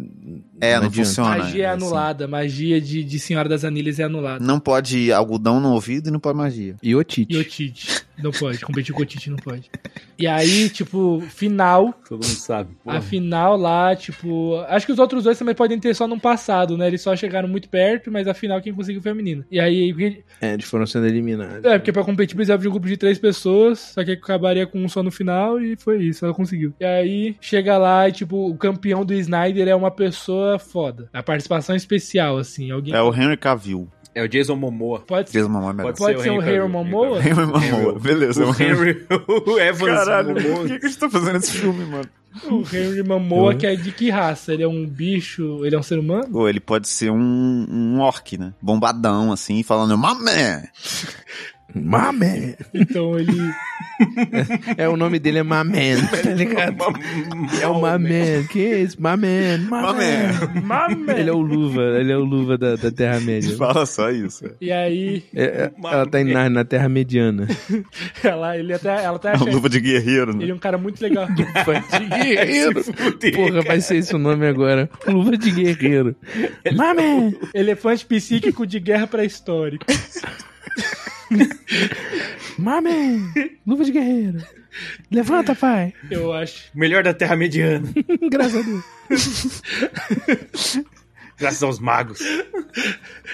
B: É, não,
A: adianta.
B: funciona.
C: Magia é
B: assim.
C: anulada. Magia de, de Senhora das Anilhas é anulada.
B: Não pode algodão no ouvido e não pode magia.
A: E o Tite.
C: E o Tite. Não pode. Competir com o Tite não pode. E aí, tipo, final.
D: Todo mundo sabe.
C: A final lá, tipo. Acho que os outros dois também podem ter só num passado, né? Eles só chegaram muito perto, mas afinal quem conseguiu foi a menina. E aí.
A: É, eles foram sendo eliminados.
C: É, porque pra competir precisava de um grupo de três pessoas, só que acabaria com um só no final e foi isso, ela conseguiu. E aí chega lá e, tipo, o campeão do Snyder é uma pessoa foda. A participação especial, assim, alguém.
B: É o Henry Cavill.
D: É o Jason Momoa.
C: Pode ser.
B: Jason Momoa é melhor.
C: Pode ser o Henry Momoa?
B: Henry Momoa, beleza.
D: O Henry, é o Evans
B: Caralho, por
D: Momoa.
B: que, que a gente tá fazendo esse filme, mano?
C: O Henry Mamoa,
A: Uhum.
C: que é de que raça? Ele é um bicho? Ele é um ser humano?
B: Pô, ele pode ser um, um orc, né? Bombadão, assim, falando, mamé!
A: Maman!
C: Então ele.
A: É, o nome dele é Maman, tá ligado? É o
D: né?
A: Maman. Quem é esse? Maman, Maman.
B: Mamé!
C: Mamãe!
A: Ele é o Luva, ele é o Luva da, da Terra-média.
B: Fala só isso.
C: E aí,
A: É, é, ela tá em- na, na Terra Mediana.
C: ela, ele até, ela até
B: É uma
C: acha
B: luva de guerreiro, né?
C: ele é um cara muito legal.
A: Guerreiro! Porra, vai ser esse o nome agora. Luva de Guerreiro.
C: é
A: Maman!
C: Elefante psíquico de guerra pré-histórico.
A: Maman! Luva de Guerreiro. Levanta, pai.
C: Eu acho.
D: Melhor da Terra Mediana.
A: Graças a Deus.
D: Graças aos magos.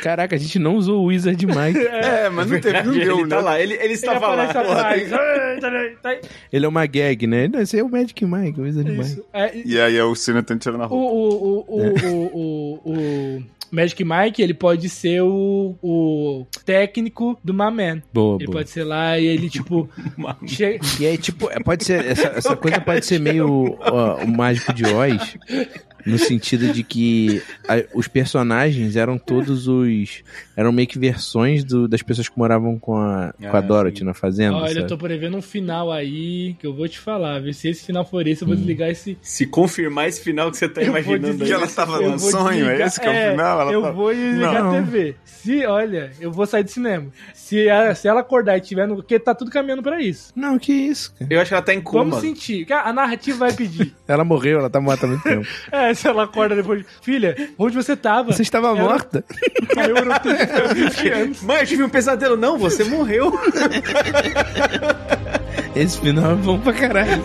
A: Caraca, a gente não usou o Wizard Mike.
B: É, mas não teve
D: Ele tá lá, ele, ele
C: Ele
D: estava
C: aparece
D: lá.
C: atrás. Ai, tá aí, tá aí.
A: Ele é uma gag, né? Não, esse é o Magic Mike, o Wizard Mike.
C: Isso. É, e-
B: E aí é o Sinatan tirando a
C: o,
B: roupa.
C: o, o, o, o, o, o Magic Mike, ele pode ser o, o técnico do Maman.
A: Boa,
C: Ele
A: boa.
C: pode ser lá e ele, tipo, chega.
A: E aí, tipo, é, pode ser. Essa, essa coisa pode ser meio ó, o mágico de Oz, no sentido de que a- os personagens eram todos os. eram meio que versões do- das pessoas que moravam com a, com a
D: Ah,
A: Dorothy
D: sim.
A: na fazenda.
C: Olha, eu
A: sabe?
C: tô prevendo um final aí que eu vou te falar. viu? Se esse final for esse, eu vou desligar esse.
D: Se confirmar esse final que você tá
C: Eu vou
D: imaginando
C: dizer
D: aí.
B: Que ela tava
C: eu
B: num
C: vou
B: sonho, é
C: desligar-
B: esse que é o final? Ela
C: eu
B: tá-
C: vou desligar
A: Não.
C: a TV. Se, olha, eu vou sair do cinema. Se, a- se ela acordar e tiver no. Porque tá tudo caminhando pra isso.
A: Não, que isso, cara.
D: Eu acho que ela tá em
C: Vamos
D: coma.
B: assim?
C: sentir. Cara, A narrativa vai pedir.
A: Ela morreu, ela tá morta há muito tempo.
C: é, se ela acorda depois. Filha, onde você tava?
A: Você estava
C: Era-
A: morta?
C: Eu não tenho 20 anos.
D: Mãe, eu tive um pesadelo. Não, você morreu.
A: Esse final é bom pra caralho.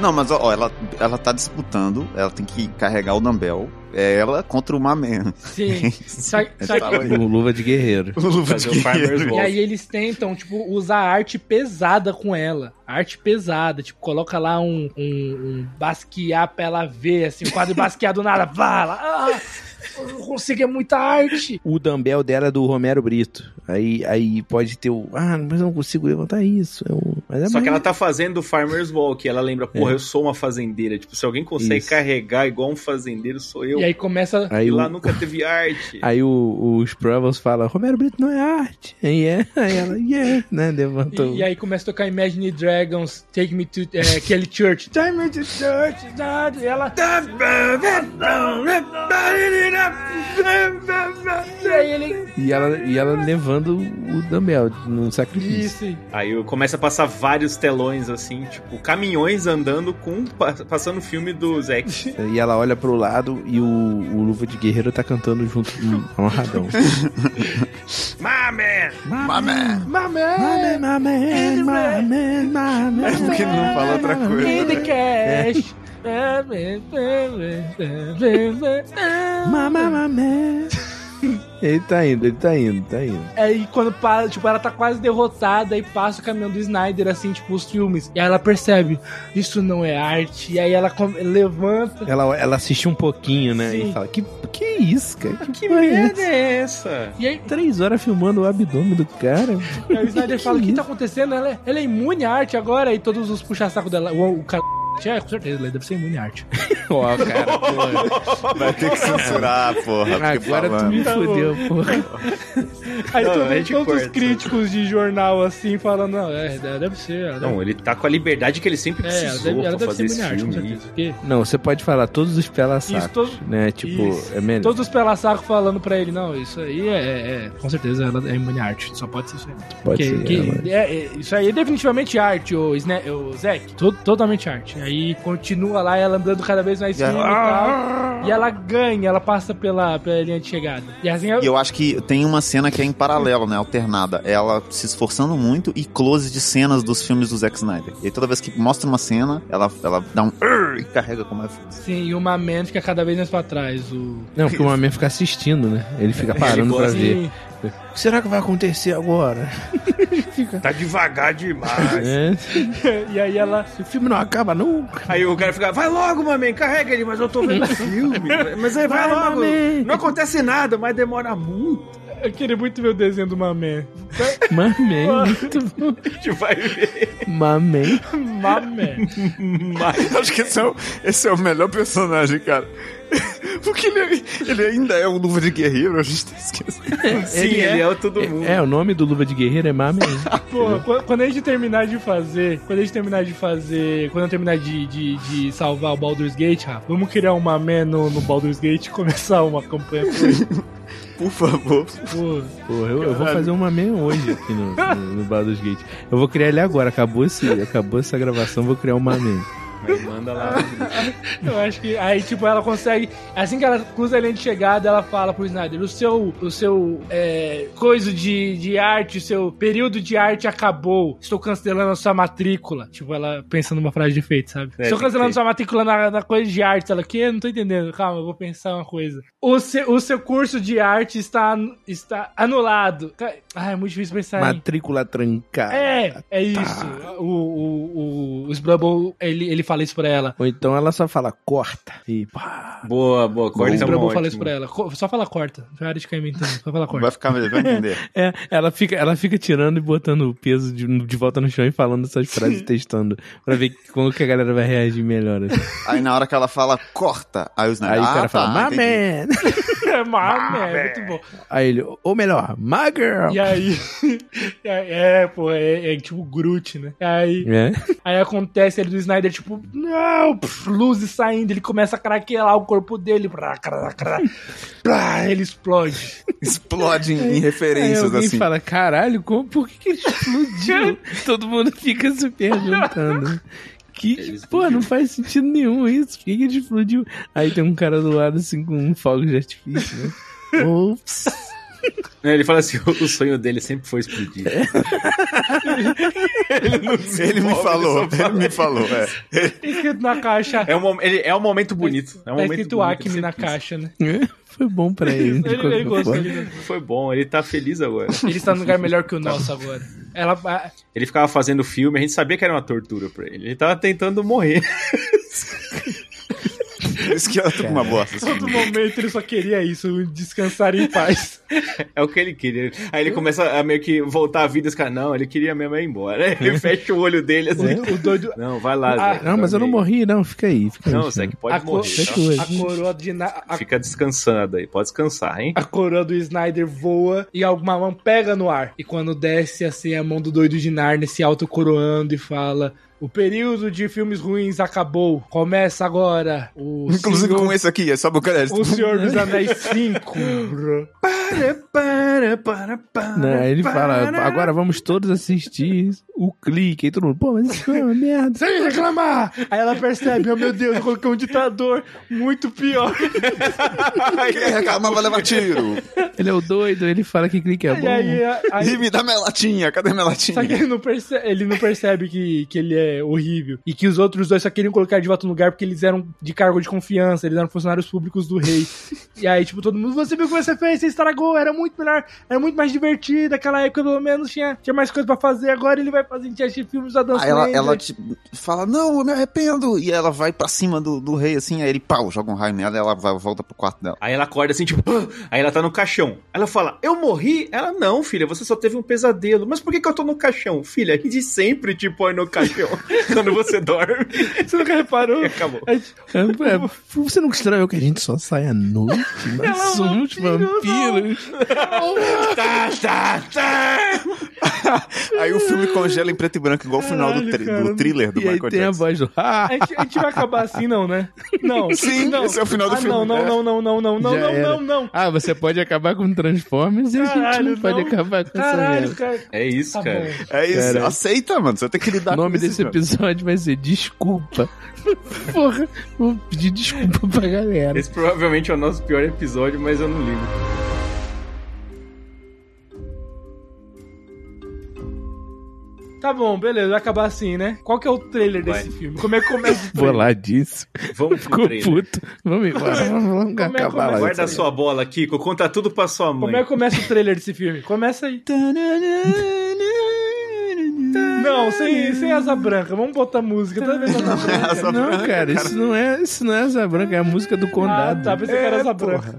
B: Não, mas ó, ó, ela, ela tá disputando, ela tem que carregar o Dumbbell. É ela contra o Maman.
C: Sim. Sabe- sabe-
B: Fala aí.
A: O luva de guerreiro.
B: O Luva de
D: Fazer o Farmer's
B: Guerreiro.
C: E aí eles tentam, tipo, usar arte pesada com ela. Arte pesada, tipo, coloca lá um, um, um basquear pra ela ver, assim, o quadro basquear do nada, vá lá, ah, eu não consigo, é muita arte.
A: O dumbbell dela é do Romero Brito. Aí, aí pode ter o. Ah, mas eu não consigo levantar isso. Eu- mas é
D: Só que
A: bom.
D: ela tá fazendo o Farmer's Walk. Ela lembra,
C: É.
D: porra, eu sou uma fazendeira. Tipo, se alguém consegue
A: Isso.
D: carregar igual um fazendeiro, sou eu.
C: E aí começa,
A: Aí
D: E
A: o,
D: lá nunca teve arte.
A: aí o, o Sprobles fala: Romero Brito não é arte. Aí, é, aí ela, yeah, né? Levantou.
C: e, e aí começa a tocar Imagine Dragons, Take Me to é, Kelly Church. Take me to church, dad. E ela... E aí ele...
A: E ela, e ela levando o dumbbell no sacrifício.
C: Isso,
D: Aí eu- começa a passar vários telões, assim, tipo, caminhões andando com. pa- passando o filme do Zack.
A: E ela olha pro lado e o, o Luva de Guerreiro tá cantando junto com o amarradão.
C: É
D: Maman!
B: Maman.
C: mamãe,
B: Por que ele não fala outra coisa,
C: In the
B: né?
C: cash.
A: Ele tá indo, ele tá indo, tá indo.
C: Aí É, quando para, tipo, ela tá quase derrotada e passa o caminhão do Snyder, assim, tipo, os filmes. E aí ela percebe, isso não é arte. E aí ela come- levanta.
A: Ela, ela assiste um pouquinho, né?
C: Sim.
A: E fala, que, que isso, cara? Que,
D: Que
A: porra é essa?"
D: merda é essa?
C: E aí,
A: Três horas filmando o abdômen do cara.
C: e aí o Snyder
A: Que
C: fala, o que
A: isso?
C: tá acontecendo? Ela é, ela é imune à arte agora. E todos os puxa-saco dela. O, o cara... É, com certeza, ele deve ser imune à arte.
A: Ó, cara, porra.
B: Vai ter que censurar, porra. porque
A: Ah, Agora tu
B: falando.
A: me
C: Tá bom.
A: fudeu, porra.
C: Aí
D: Não, é
C: tu
D: a
C: vê
D: gente
C: todos os
D: corta.
C: críticos de jornal assim falando, não, é, deve ser. ela deve-
D: Não, ele tá com a liberdade que ele sempre
C: é, ela
D: precisou
C: deve, ela
D: pra
C: deve ser
D: fazer esse
C: mulher, com
D: filme.
C: certeza. Porque
A: Não, você pode falar todos os
C: Isso,
A: pelas
C: todo-
A: né? Tipo,
C: Isso.
A: é melhor.
C: todos os pelassacos falando pra ele, não, isso aí é, é- é- com certeza ela é imune à arte, só pode ser isso aí.
A: Pode
C: Que-
A: ser.
C: que-
A: ela-
C: é, é, isso aí é definitivamente arte, o, Sna o Zack. To- totalmente arte. Aí continua lá, ela andando cada vez mais
B: E
C: firme
B: ela-
C: e tal. E ela ganha, ela passa pela, pela linha de chegada. E assim é-
B: E eu acho que tem uma cena que é em paralelo, né? Alternada. Ela se esforçando muito e close de cenas dos filmes do Zack Snyder. E aí toda vez que mostra uma cena, ela, ela dá um "Arr" e carrega é com mais força.
C: Sim, e uma man fica cada vez mais pra trás. O...
A: Não, porque o homem fica assistindo, né? Ele fica parando pra
D: gosta.
A: ver.
C: Sim.
A: O que será que vai acontecer agora?
D: Tá devagar demais.
A: É.
C: E aí ela
A: O filme não acaba nunca.
D: Aí o cara fica, vai logo, mamãe, carrega ele, mas eu tô vendo o filme. Mas aí vai,
A: Vai,
D: logo.
A: mamãe.
D: Não acontece nada, mas demora muito.
C: Eu queria muito ver o desenho do Mamé.
A: Mamei, muito bom.
D: A gente vai ver.
A: Mamei.
C: Mamé.
D: Mas
B: Acho que esse é, o, esse é o melhor personagem, cara. Porque ele, ele ainda é um luva de guerreiro, a gente tá esquecendo.
D: sim, ele, é, o todo mundo.
A: É, o nome do Luva de Guerreiro é Mamei.
C: Pô, qu- quando a gente terminar de fazer. Quando a gente terminar de fazer. Quando eu terminar de, de, de salvar o Baldur's Gate, Rafa, vamos criar um Mamé no, no Baldur's Gate e começar uma campanha com ele.
B: Por favor.
C: Pô,
A: Porra, eu, eu vou fazer um Mamei hoje aqui no, no, no Baldur's Gate. Eu vou criar ele agora. Acabou, esse, acabou essa gravação, vou criar um Mamei.
D: Aí manda lá.
C: eu acho que. Aí, tipo, ela consegue. Assim que ela cruza a linha de chegada, ela fala pro Snyder: o seu. O seu. É, coisa de, de arte, o seu período de arte acabou. Estou cancelando a sua matrícula. Tipo, ela pensando numa frase de efeito, sabe?
D: É,
C: Estou
D: tem que
C: cancelando
D: ter.
C: sua matrícula na, na coisa de arte. Ela, que? Não tô entendendo. Calma, eu vou pensar uma coisa. O, se- o seu curso de arte está, anu- está anulado. Ca- Ah, é muito difícil
A: Tá
C: pensar em...
A: Matrícula trancada.
C: É, é isso.
D: tá.
C: O, o, o, o Sbrubble, ele, ele fala isso pra ela.
A: Ou então ela só fala, corta. E pá.
D: Boa, boa.
C: O
D: Corta é uma
C: Sbrubble fala
D: ótima.
C: isso pra ela. Co- Só fala corta. Para de ficar tá inventando. Só fala corta.
B: Vai ficar melhor, vai entender.
A: É, ela fica, ela fica tirando e botando o peso de, de volta no chão e falando essas frases, testando. Pra ver como que a galera vai reagir melhor. assim.
B: Aí na hora que ela fala, corta. Aí o
A: Aí
B: Snyder.
A: o cara
B: ah,
A: fala,
B: tá,
A: my
B: entendi.
A: man.
C: É,
D: Ah,
C: mas, é, muito bom.
A: Aí ele, ou melhor, my girl.
C: E aí... É, é, pô, é, é tipo Groot, né? Aí...
A: É.
C: Aí acontece ele do Snyder, tipo, não, pf, luzes saindo, ele começa a craquelar o corpo dele, brá, crá, crá, brá, ele explode.
B: Explode em, em
A: Aí
B: referências
A: alguém
B: assim.
A: fala, caralho, como, por que, que ele explodiu? Todo mundo fica se perguntando. Que, tipo, pô, não faz sentido nenhum isso. Por que, que ele explodiu? Aí tem um cara do lado assim com um fogo de artifício, né? Ops.
D: Ele fala assim: o o sonho dele sempre foi explodir. É. ele
B: Ele
D: não
B: me
D: desenvolve,
B: falou,
D: só fala
B: ele me
D: isso.
B: falou, é.
C: Tá Escrito na caixa.
D: É um, mom- ele- é um momento bonito. É um
C: tá
D: momento
C: escrito
D: bonito, ele
C: Acme na
D: sempre quis.
C: caixa, né?
A: Foi bom pra ele. de
C: Ele, ele
A: qualquer
C: gostou.
A: forma.
C: Ele,
D: Foi bom, ele tá feliz agora.
C: ele está num lugar melhor que o nosso agora. Ela, a-
D: Ele ficava fazendo filme, a gente sabia que era uma tortura pra ele. Ele tava tentando morrer.
B: Por isso que eu tô com uma bosta. assim.
C: todo momento ele só queria isso, descansar em paz.
D: É o que ele queria. Aí ele começa a meio que voltar à vida e fica, não, ele queria mesmo ir embora. Ele fecha o olho dele assim.
C: O doido.
D: Não, vai lá,
C: Ah,
D: Zé.
A: Não, mas eu não
D: Dorme
A: morri, não. Fica aí. Fica aí,
D: aí. Não,
A: cara.
D: Zé, que
C: A,
D: pode
C: co-
D: morrer.
A: tá?
C: a coroa de na-
D: tá?
C: a,
D: Fica descansando aí, pode descansar, hein?
C: a coroa do Snyder voa e alguma mão pega no ar. E quando desce assim a mão do doido de Narnia se autocoroando e fala: O período de filmes ruins acabou. Começa agora o
B: Inclusive
C: senhor,
B: com esse aqui, é só o cara.
C: o Senhor dos Anéis 5. bro.
A: Não, aí ele fala, agora vamos todos assistir o clique. E todo mundo, pô, mas isso é uma merda.
C: Sem reclamar! Aí ela percebe, oh meu Deus, eu coloquei um ditador muito pior.
B: Quem reclamar vai levar tiro.
A: Ele é o doido, ele fala que clique é
C: E aí,
A: bom.
C: a- aí-
B: E me dá minha latinha, cadê minha
C: Só que
B: latinha?
C: ele não percebe, ele não percebe que, que ele é horrível. E que os outros dois só queriam colocar de volta no lugar porque eles eram de cargo de confiança, eles eram funcionários públicos do rei. E aí, tipo, todo mundo, você viu o que você fez, você estragou, era muito melhor, era muito mais divertido. Aquela época, pelo menos, tinha, tinha mais coisa pra fazer. Agora ele vai fazer tinha assistir filmes da dança.
B: Aí ela,
C: Land.
A: né?
B: ela tipo, fala, não, eu me arrependo. E ela vai pra cima do, do rei, assim, aí ele, pau, joga um raio nela e ela vai, volta pro quarto dela.
D: Aí ela acorda assim, tipo, "Ah!" aí ela tá no caixão. Ela fala, eu morri? Ela, não, filha, você só teve um pesadelo. Mas por que, que eu tô no caixão? Filha, a gente sempre te põe no caixão quando você dorme.
C: Você nunca reparou?
D: Acabou.
C: A gente-
A: É, é, Você não estranhou que a gente só sai à noite? Nós
C: Ela é um
A: somos
C: vampiro,
A: vampiros.
D: Tá, tá, tá.
B: Aí o filme congela em preto e branco, igual o final do,
C: Caralho,
B: tri-
C: cara.
B: do thriller do
A: E aí
B: Michael
A: tem a
B: Jackson.
A: voz do... Ah,
C: A gente, a gente vai acabar assim, não, né? Não.
B: Sim,
C: não.
B: esse é o final do
C: ah,
B: filme.
C: Não, não,
B: É.
C: não, não, não, não, não,
A: Já
C: não,
A: era.
C: não, não.
A: ah, você pode acabar com Transformers e a gente
C: Caralho,
A: não pode
C: não.
A: acabar com essa
C: Caralho,
A: merda.
C: cara.
D: É isso,
C: Tá
D: cara.
C: bom.
B: É isso,
A: Cara.
B: aceita, mano, você tem que lidar
A: O nome
B: com
A: desse
B: isso, cara.
A: episódio vai ser Desculpa. Porra, vou pedir desculpa pra galera.
D: Esse provavelmente é o nosso pior episódio, mas eu não ligo.
C: Tá bom, beleza, vai acabar assim, né? Qual que é o trailer
D: Vai.
C: desse filme? Como é que começa o trailer?
A: Boladíssimo.
D: Vamos pro
A: Ficou
D: trailer.
A: puto. Vamos embora. Vamos, vamos
C: Como é- como é-
A: acabar lá.
D: Guarda a sua bola, Kiko. Conta tudo pra sua mãe.
C: Como é que começa o trailer desse filme? Começa aí. Não, sem, sem asa branca, vamos botar música. Tá vendo? Asa branca.
B: Essa-
A: Não, cara, isso não é, isso não é asa branca, é a música do
C: Ah,
A: condado.
C: tá, pensei que era asa branca.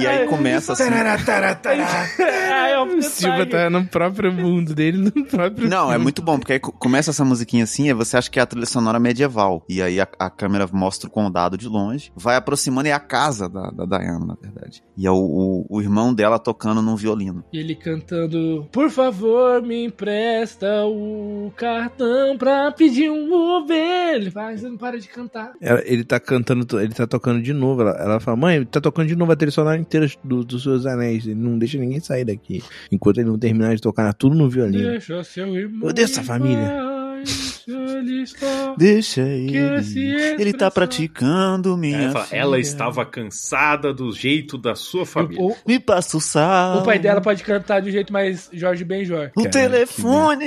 B: E aí começa assim.
C: Ah, é
A: O
C: o
A: Silva
C: Silva
A: tá no próprio mundo dele, no próprio.
B: Não, é muito bom, porque aí co- começa essa musiquinha assim, e você acha que é a trilha sonora medieval. E aí a, a câmera mostra o condado de longe, vai aproximando, é a casa da, da Diana, na verdade. E é o, o, o irmão dela tocando num violino.
C: E ele cantando: Por favor, me empresta o cartão pra pedir um Uber. Ele fala: "Ah, Você não para de cantar.
A: Ela- ele tá cantando, to- ele tá tocando de novo. Ela, ela fala, mãe, tá tocando de novo a trilha sonora inteira do- dos seus anéis. Ele não deixa ninguém sair daqui. Enquanto ele não terminar de tocar tudo no violino.
C: Deixa seu irmão.
A: Eu odeio essa
C: em
A: família.
C: paz, ele está-
B: Deixa ele.
C: Quer se
B: Ele tá
C: expressar.
B: praticando minha.
D: Ela, fala,
B: filha.
D: ela estava cansada do jeito da sua família.
C: O,
B: Me passa o sal.
C: o pai dela
A: né?
C: pode cantar de um jeito mais Jorge Benjor.
B: O
A: Caraca,
B: telefone.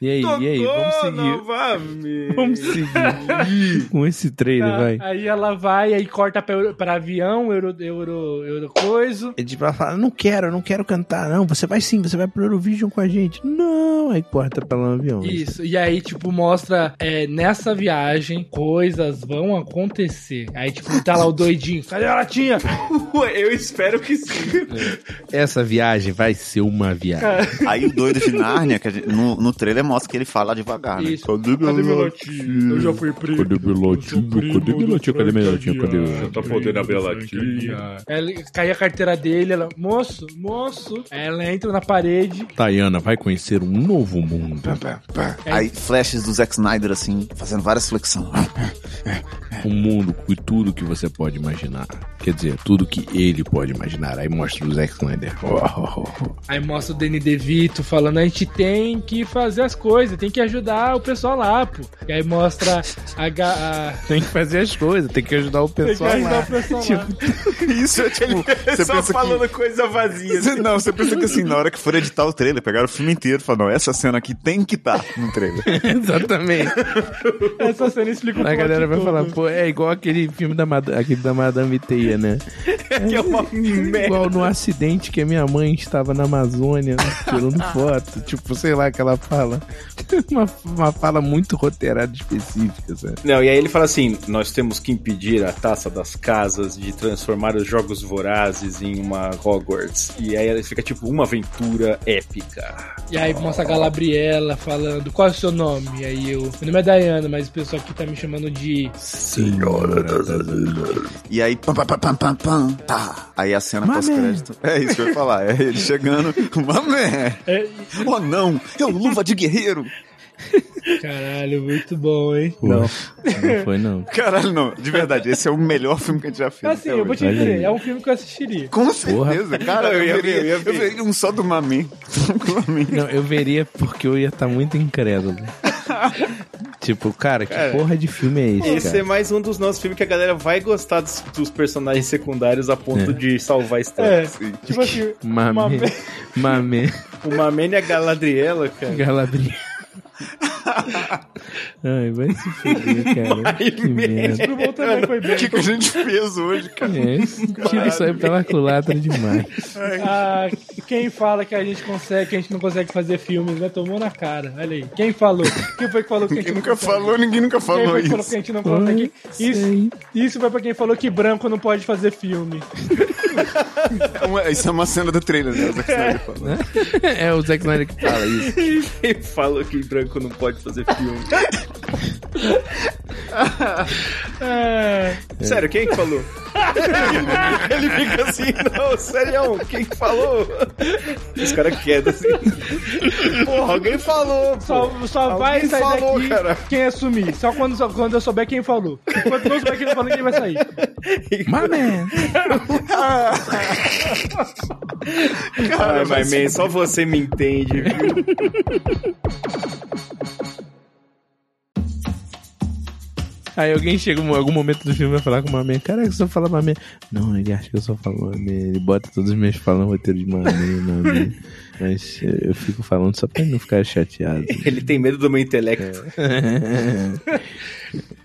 A: E aí, e aí, vamos seguir.
D: novamente.
A: Vamos seguir com esse trailer,
C: Tá,
A: vai.
C: Aí ela vai, aí corta pra, euro- pra avião, euro, euro, euro coiso.
A: Ele tipo, vai falar, não quero, não quero cantar, não. Você vai sim, você vai pro Eurovision com a gente. Não, aí corta pra lá no avião.
C: Isso, e aí, tipo, mostra é, nessa viagem coisas vão acontecer. Aí, tipo, tá lá o doidinho. Cadê a latinha?
D: Ué, Eu espero que sim.
A: Essa viagem vai ser uma viagem.
B: Aí o doido de Nárnia, que a gente- no, no trailer mostra que ele fala devagar, né?
C: Isso. Cadê meu latinho? Eu já fui preso.
A: Cadê meu latinho? Cadê meu latinho? Cadê meu latinho? Cadê meu latinho?
D: Tá podendo abrir a latinha.
A: É.
C: Ela cai a carteira dele, ela. Moço, moço. Aí Ela entra na parede.
A: Tayana vai conhecer um novo mundo.
C: É
B: Aí flashes do Zack Snyder, assim, fazendo várias flexões.
A: Um mundo com tudo que você pode imaginar. Quer dizer, tudo que ele pode imaginar. Aí mostra o Zack Snyder. Oh, oh, oh, oh.
C: Aí mostra o Danny DeVito falando: a gente tem que fazer as coisas, tem que ajudar o pessoal lá, pô. E aí mostra a. ga- a-
A: Tem que fazer as coisas, tem que ajudar o
C: tem que
A: pessoal
C: ajudar
A: lá.
C: o pessoal lá.
A: Tipo,
B: Isso é tipo. Você
D: Só
B: pensa que.
D: falando coisa vazia. assim.
B: Não, você pensa que assim, na hora que for editar o trailer, pegaram o filme inteiro e falaram, não, essa cena aqui tem que estar no trailer.
A: exatamente.
C: Essa cena explica o
A: A
C: plot
A: galera vai
C: todo.
A: falar, pô, é igual aquele filme da, Mad aquele da Madame Teia, né?
D: que é uma merda.
A: Igual no acidente que a minha mãe estava na Amazônia né, tirando foto. Tipo, sei lá, que ela fala. Uma, uma fala muito roteirada específica, sabe?
D: Não, e aí ele fala assim: nós temos que impedir a taça das casas de transformar os jogos vorazes em uma Hogwarts. E aí ele fica tipo uma aventura épica.
C: E aí mostra a Galabriela falando, qual é o seu nome? E aí eu. Meu nome é Dayana, mas o pessoal aqui tá me chamando de.
A: Senhora
B: E aí, pam, pam, pam, pam, pam, pam, tá. Aí a cena
A: Mamé.
B: pós-crédito. É isso que eu ia falar. É ele chegando. Mamé!
C: É,
B: Oh não! Eu, luva de guerreiro!
C: Caralho, muito bom, hein?
A: Não, não foi não.
B: Caralho, não. De verdade, esse é o melhor filme que a gente já fez.
C: Assim,
B: até
C: eu vou te
A: Olha
C: dizer,
A: aí.
C: é um filme que eu assistiria.
B: Com certeza, cara. Eu,
D: Eu ia ver,
B: veria,
D: eu ia ver.
B: eu veria um só do Mami. Tranquilamente.
A: Não, eu veria porque eu ia estar muito incrédulo. tipo, cara, que porra de filme é esse,
D: Esse é
A: cara?
D: mais um dos nossos filmes que a galera vai gostar dos, dos personagens secundários a ponto de salvar a história.
B: Sim.
C: Tipo assim,
A: Mamê, mamê,
D: O Mamene e a Galadriela, cara.
A: galabria. Ai, vai se fuder, cara. que merda.
C: o bom também foi bem.
B: O que, que a gente fez hoje, cara?
A: É, esse tiro saiu pela culatra demais.
B: assim.
C: Ah, quem fala que a gente consegue, que a gente não consegue fazer filmes, né? Tomou na cara, olha aí. Quem falou? Quem foi que falou que a gente
B: Quem
C: não
B: nunca
C: consegue?
B: falou, ninguém nunca
C: Quem
B: falou
C: foi que
B: isso.
C: falou que a gente não consegue? Isso,
A: Sei.
C: isso foi pra quem falou que branco não pode fazer filme.
B: É uma- isso é uma cena do trailer, né? O Zack Snyder falou.
A: É o Zack Snyder que fala isso.
D: Quem falou que branco não pode fazer filme?
C: É,
D: Sério, quem que falou? Ele fica assim, não, sério, quem que falou? Os caras quedam assim. Porra, alguém falou,
C: só,
D: pô.
C: só vai
D: Alguém
C: sair
D: falou,
C: daqui
D: cara.
C: quem assumir. Só quando, só quando eu souber quem falou. Enquanto não souber quem falou, ninguém vai sair.
A: Mamé.
D: Ai, mas, man, só você me entende, viu?
A: Aí alguém chega em algum momento do filme e vai falar com o Mamé. Caraca, só fala Mamé. Não, ele acha que eu só falo Mamé. Ele bota todos os meus falam roteiro de Mamé, Mamé. Mas eh, eu fico falando só pra ele não ficar chateado.
D: Ele tem medo do meu intelecto.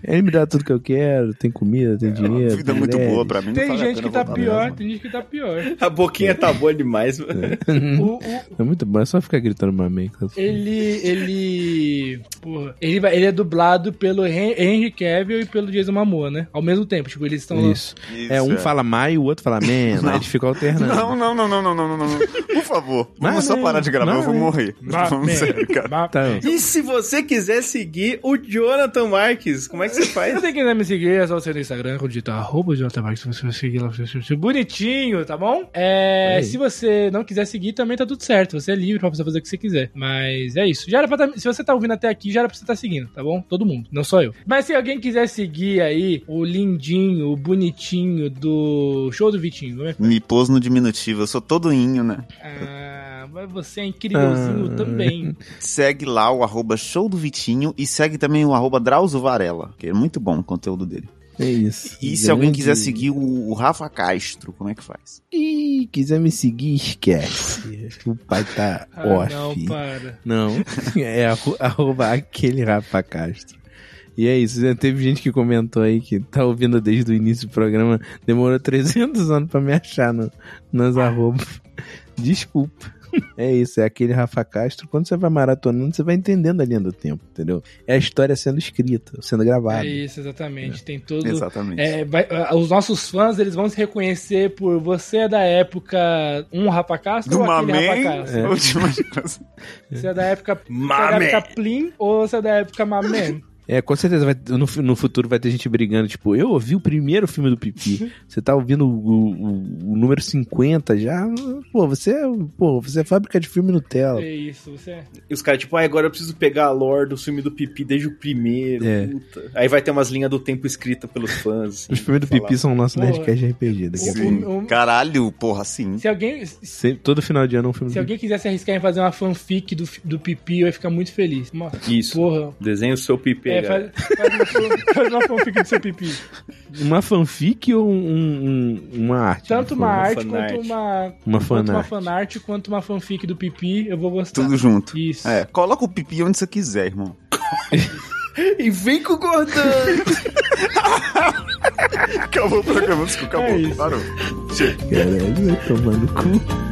A: Ele me dá tudo que eu quero, tem comida, tem dinheiro.
B: É, Vida
A: tem
B: muito
A: mulheres.
B: boa pra mim. não
C: É. Tem
B: vale a
C: gente
B: pena
C: que tá
B: voltar
A: mesmo.
C: pior, tem gente que tá pior.
D: A boquinha tá boa demais, mano.
C: O- o,
A: É muito bom, é só ficar gritando Mamé. que eu-
C: Ele. Ele. Porra. Ele, vai- ele é dublado pelo Hen- Henry Cavill e pelo Jason Momoa, né? Ao mesmo tempo. Tipo, eles estão.
A: Isso.
B: Isso,
A: É, um
B: é.
A: fala Mai e o outro fala Man. Aí eles ficam alternando.
B: Não, não, não, não, não, não, não, não. Por favor,
A: Mas,
B: vamos só parar de gravar, eu vou
A: mas-
B: morrer. Vamos sério, cara.
A: Então,
D: E se você quiser seguir o Jonathan Marques, como é que você
C: Se
D: faz?
C: você quiser me seguir, é só você no Instagram, quando digitar arroba Jonathan Marques, você vai seguir lá, você vai ser bonitinho, tá bom? É,
A: Olha aí.
C: se você não quiser seguir, também tá tudo certo, você é livre pra você fazer o que você quiser. Mas é isso, já era pra tá- se você tá ouvindo até aqui, já era pra você estar seguindo, tá bom? Todo mundo, não só eu. Mas se alguém quiser seguir aí, o lindinho, o bonitinho do show do Vitinho, como é
B: Me pôs no diminutivo, eu sou todo inho, né?
C: Ah, mas você é incrívelzinho
A: Ah.
C: também.
B: Segue lá o arroba show do Vitinho e segue também o arroba Drauzio Varela, que é muito bom o conteúdo dele.
A: é isso.
B: E se alguém quiser
A: Grande-
B: seguir o, o Rafa Castro, como é que faz?
A: Ih, quiser me seguir, esquece. O pai tá
C: Ah,
A: off.
C: não, para.
A: Não, é arro- arroba aquele Rafa Castro. E é isso, já teve gente que comentou aí que tá ouvindo desde o início do programa, demorou 300 anos pra me achar no, nas arrobas. Desculpa. É isso, é aquele Rafa Castro. Quando você vai maratonando, você vai entendendo a linha do tempo, entendeu? É a história sendo escrita, sendo gravada.
C: É isso, exatamente. Tem todo.
B: Exatamente.
C: É, vai- ah, os nossos fãs eles vão se reconhecer por você é da época um rapacastro
B: Do
C: ou aquele
B: Mamem,
C: rapacastro?
B: última geração.
C: Você é da época, você é da
D: Mamé!
C: época Plim ou você é da época Mamem?
A: É, com certeza vai, no, fu- no futuro vai ter gente brigando, tipo, eu ouvi o primeiro filme do Pipi. Você tá ouvindo o, o- o número 50 já? Pô, você é, pô, você é fábrica de filme Nutella.
C: É isso, você é.
D: E os caras, tipo, ah, agora eu preciso pegar a lore do filme do Pipi desde o primeiro.
A: É.
D: puta. Aí vai ter umas linhas do tempo escrita pelos fãs. assim,
A: Os filmes do
D: falar.
A: Pipi são o nosso
C: Pô,
A: Nerdcast RPG daqui a pouco.
B: Sim.
C: o- o-
B: Caralho, porra, sim.
C: Se alguém, se
A: Se- Todo final de ano é um filme do
C: alguém quiser se arriscar em fazer uma fanfic do, fi- do Pipi, eu ia ficar muito feliz. Uma,
D: Isso.
C: porra.
D: Desenha o seu Pipi.
C: É,
D: aí,
C: faz, faz uma, fan- faz uma fanfic do seu Pipi.
A: Pipi. Uma fanfic ou um- um- um- uma arte?
C: Tanto uma
A: Uma
C: arte
D: fanart.
C: quanto uma.
A: Uma
C: Quanto uma
A: fanart.
C: fanart quanto uma fanfic do Pipi, eu vou gostar.
B: Tudo junto.
C: Isso.
B: É, coloca o pipi onde você quiser, irmão.
D: E vem com o Gordão!
B: Acabou o programa, desculpa,
C: É isso.
B: Parou. Chega.
A: Caralho, vai tomar no cu.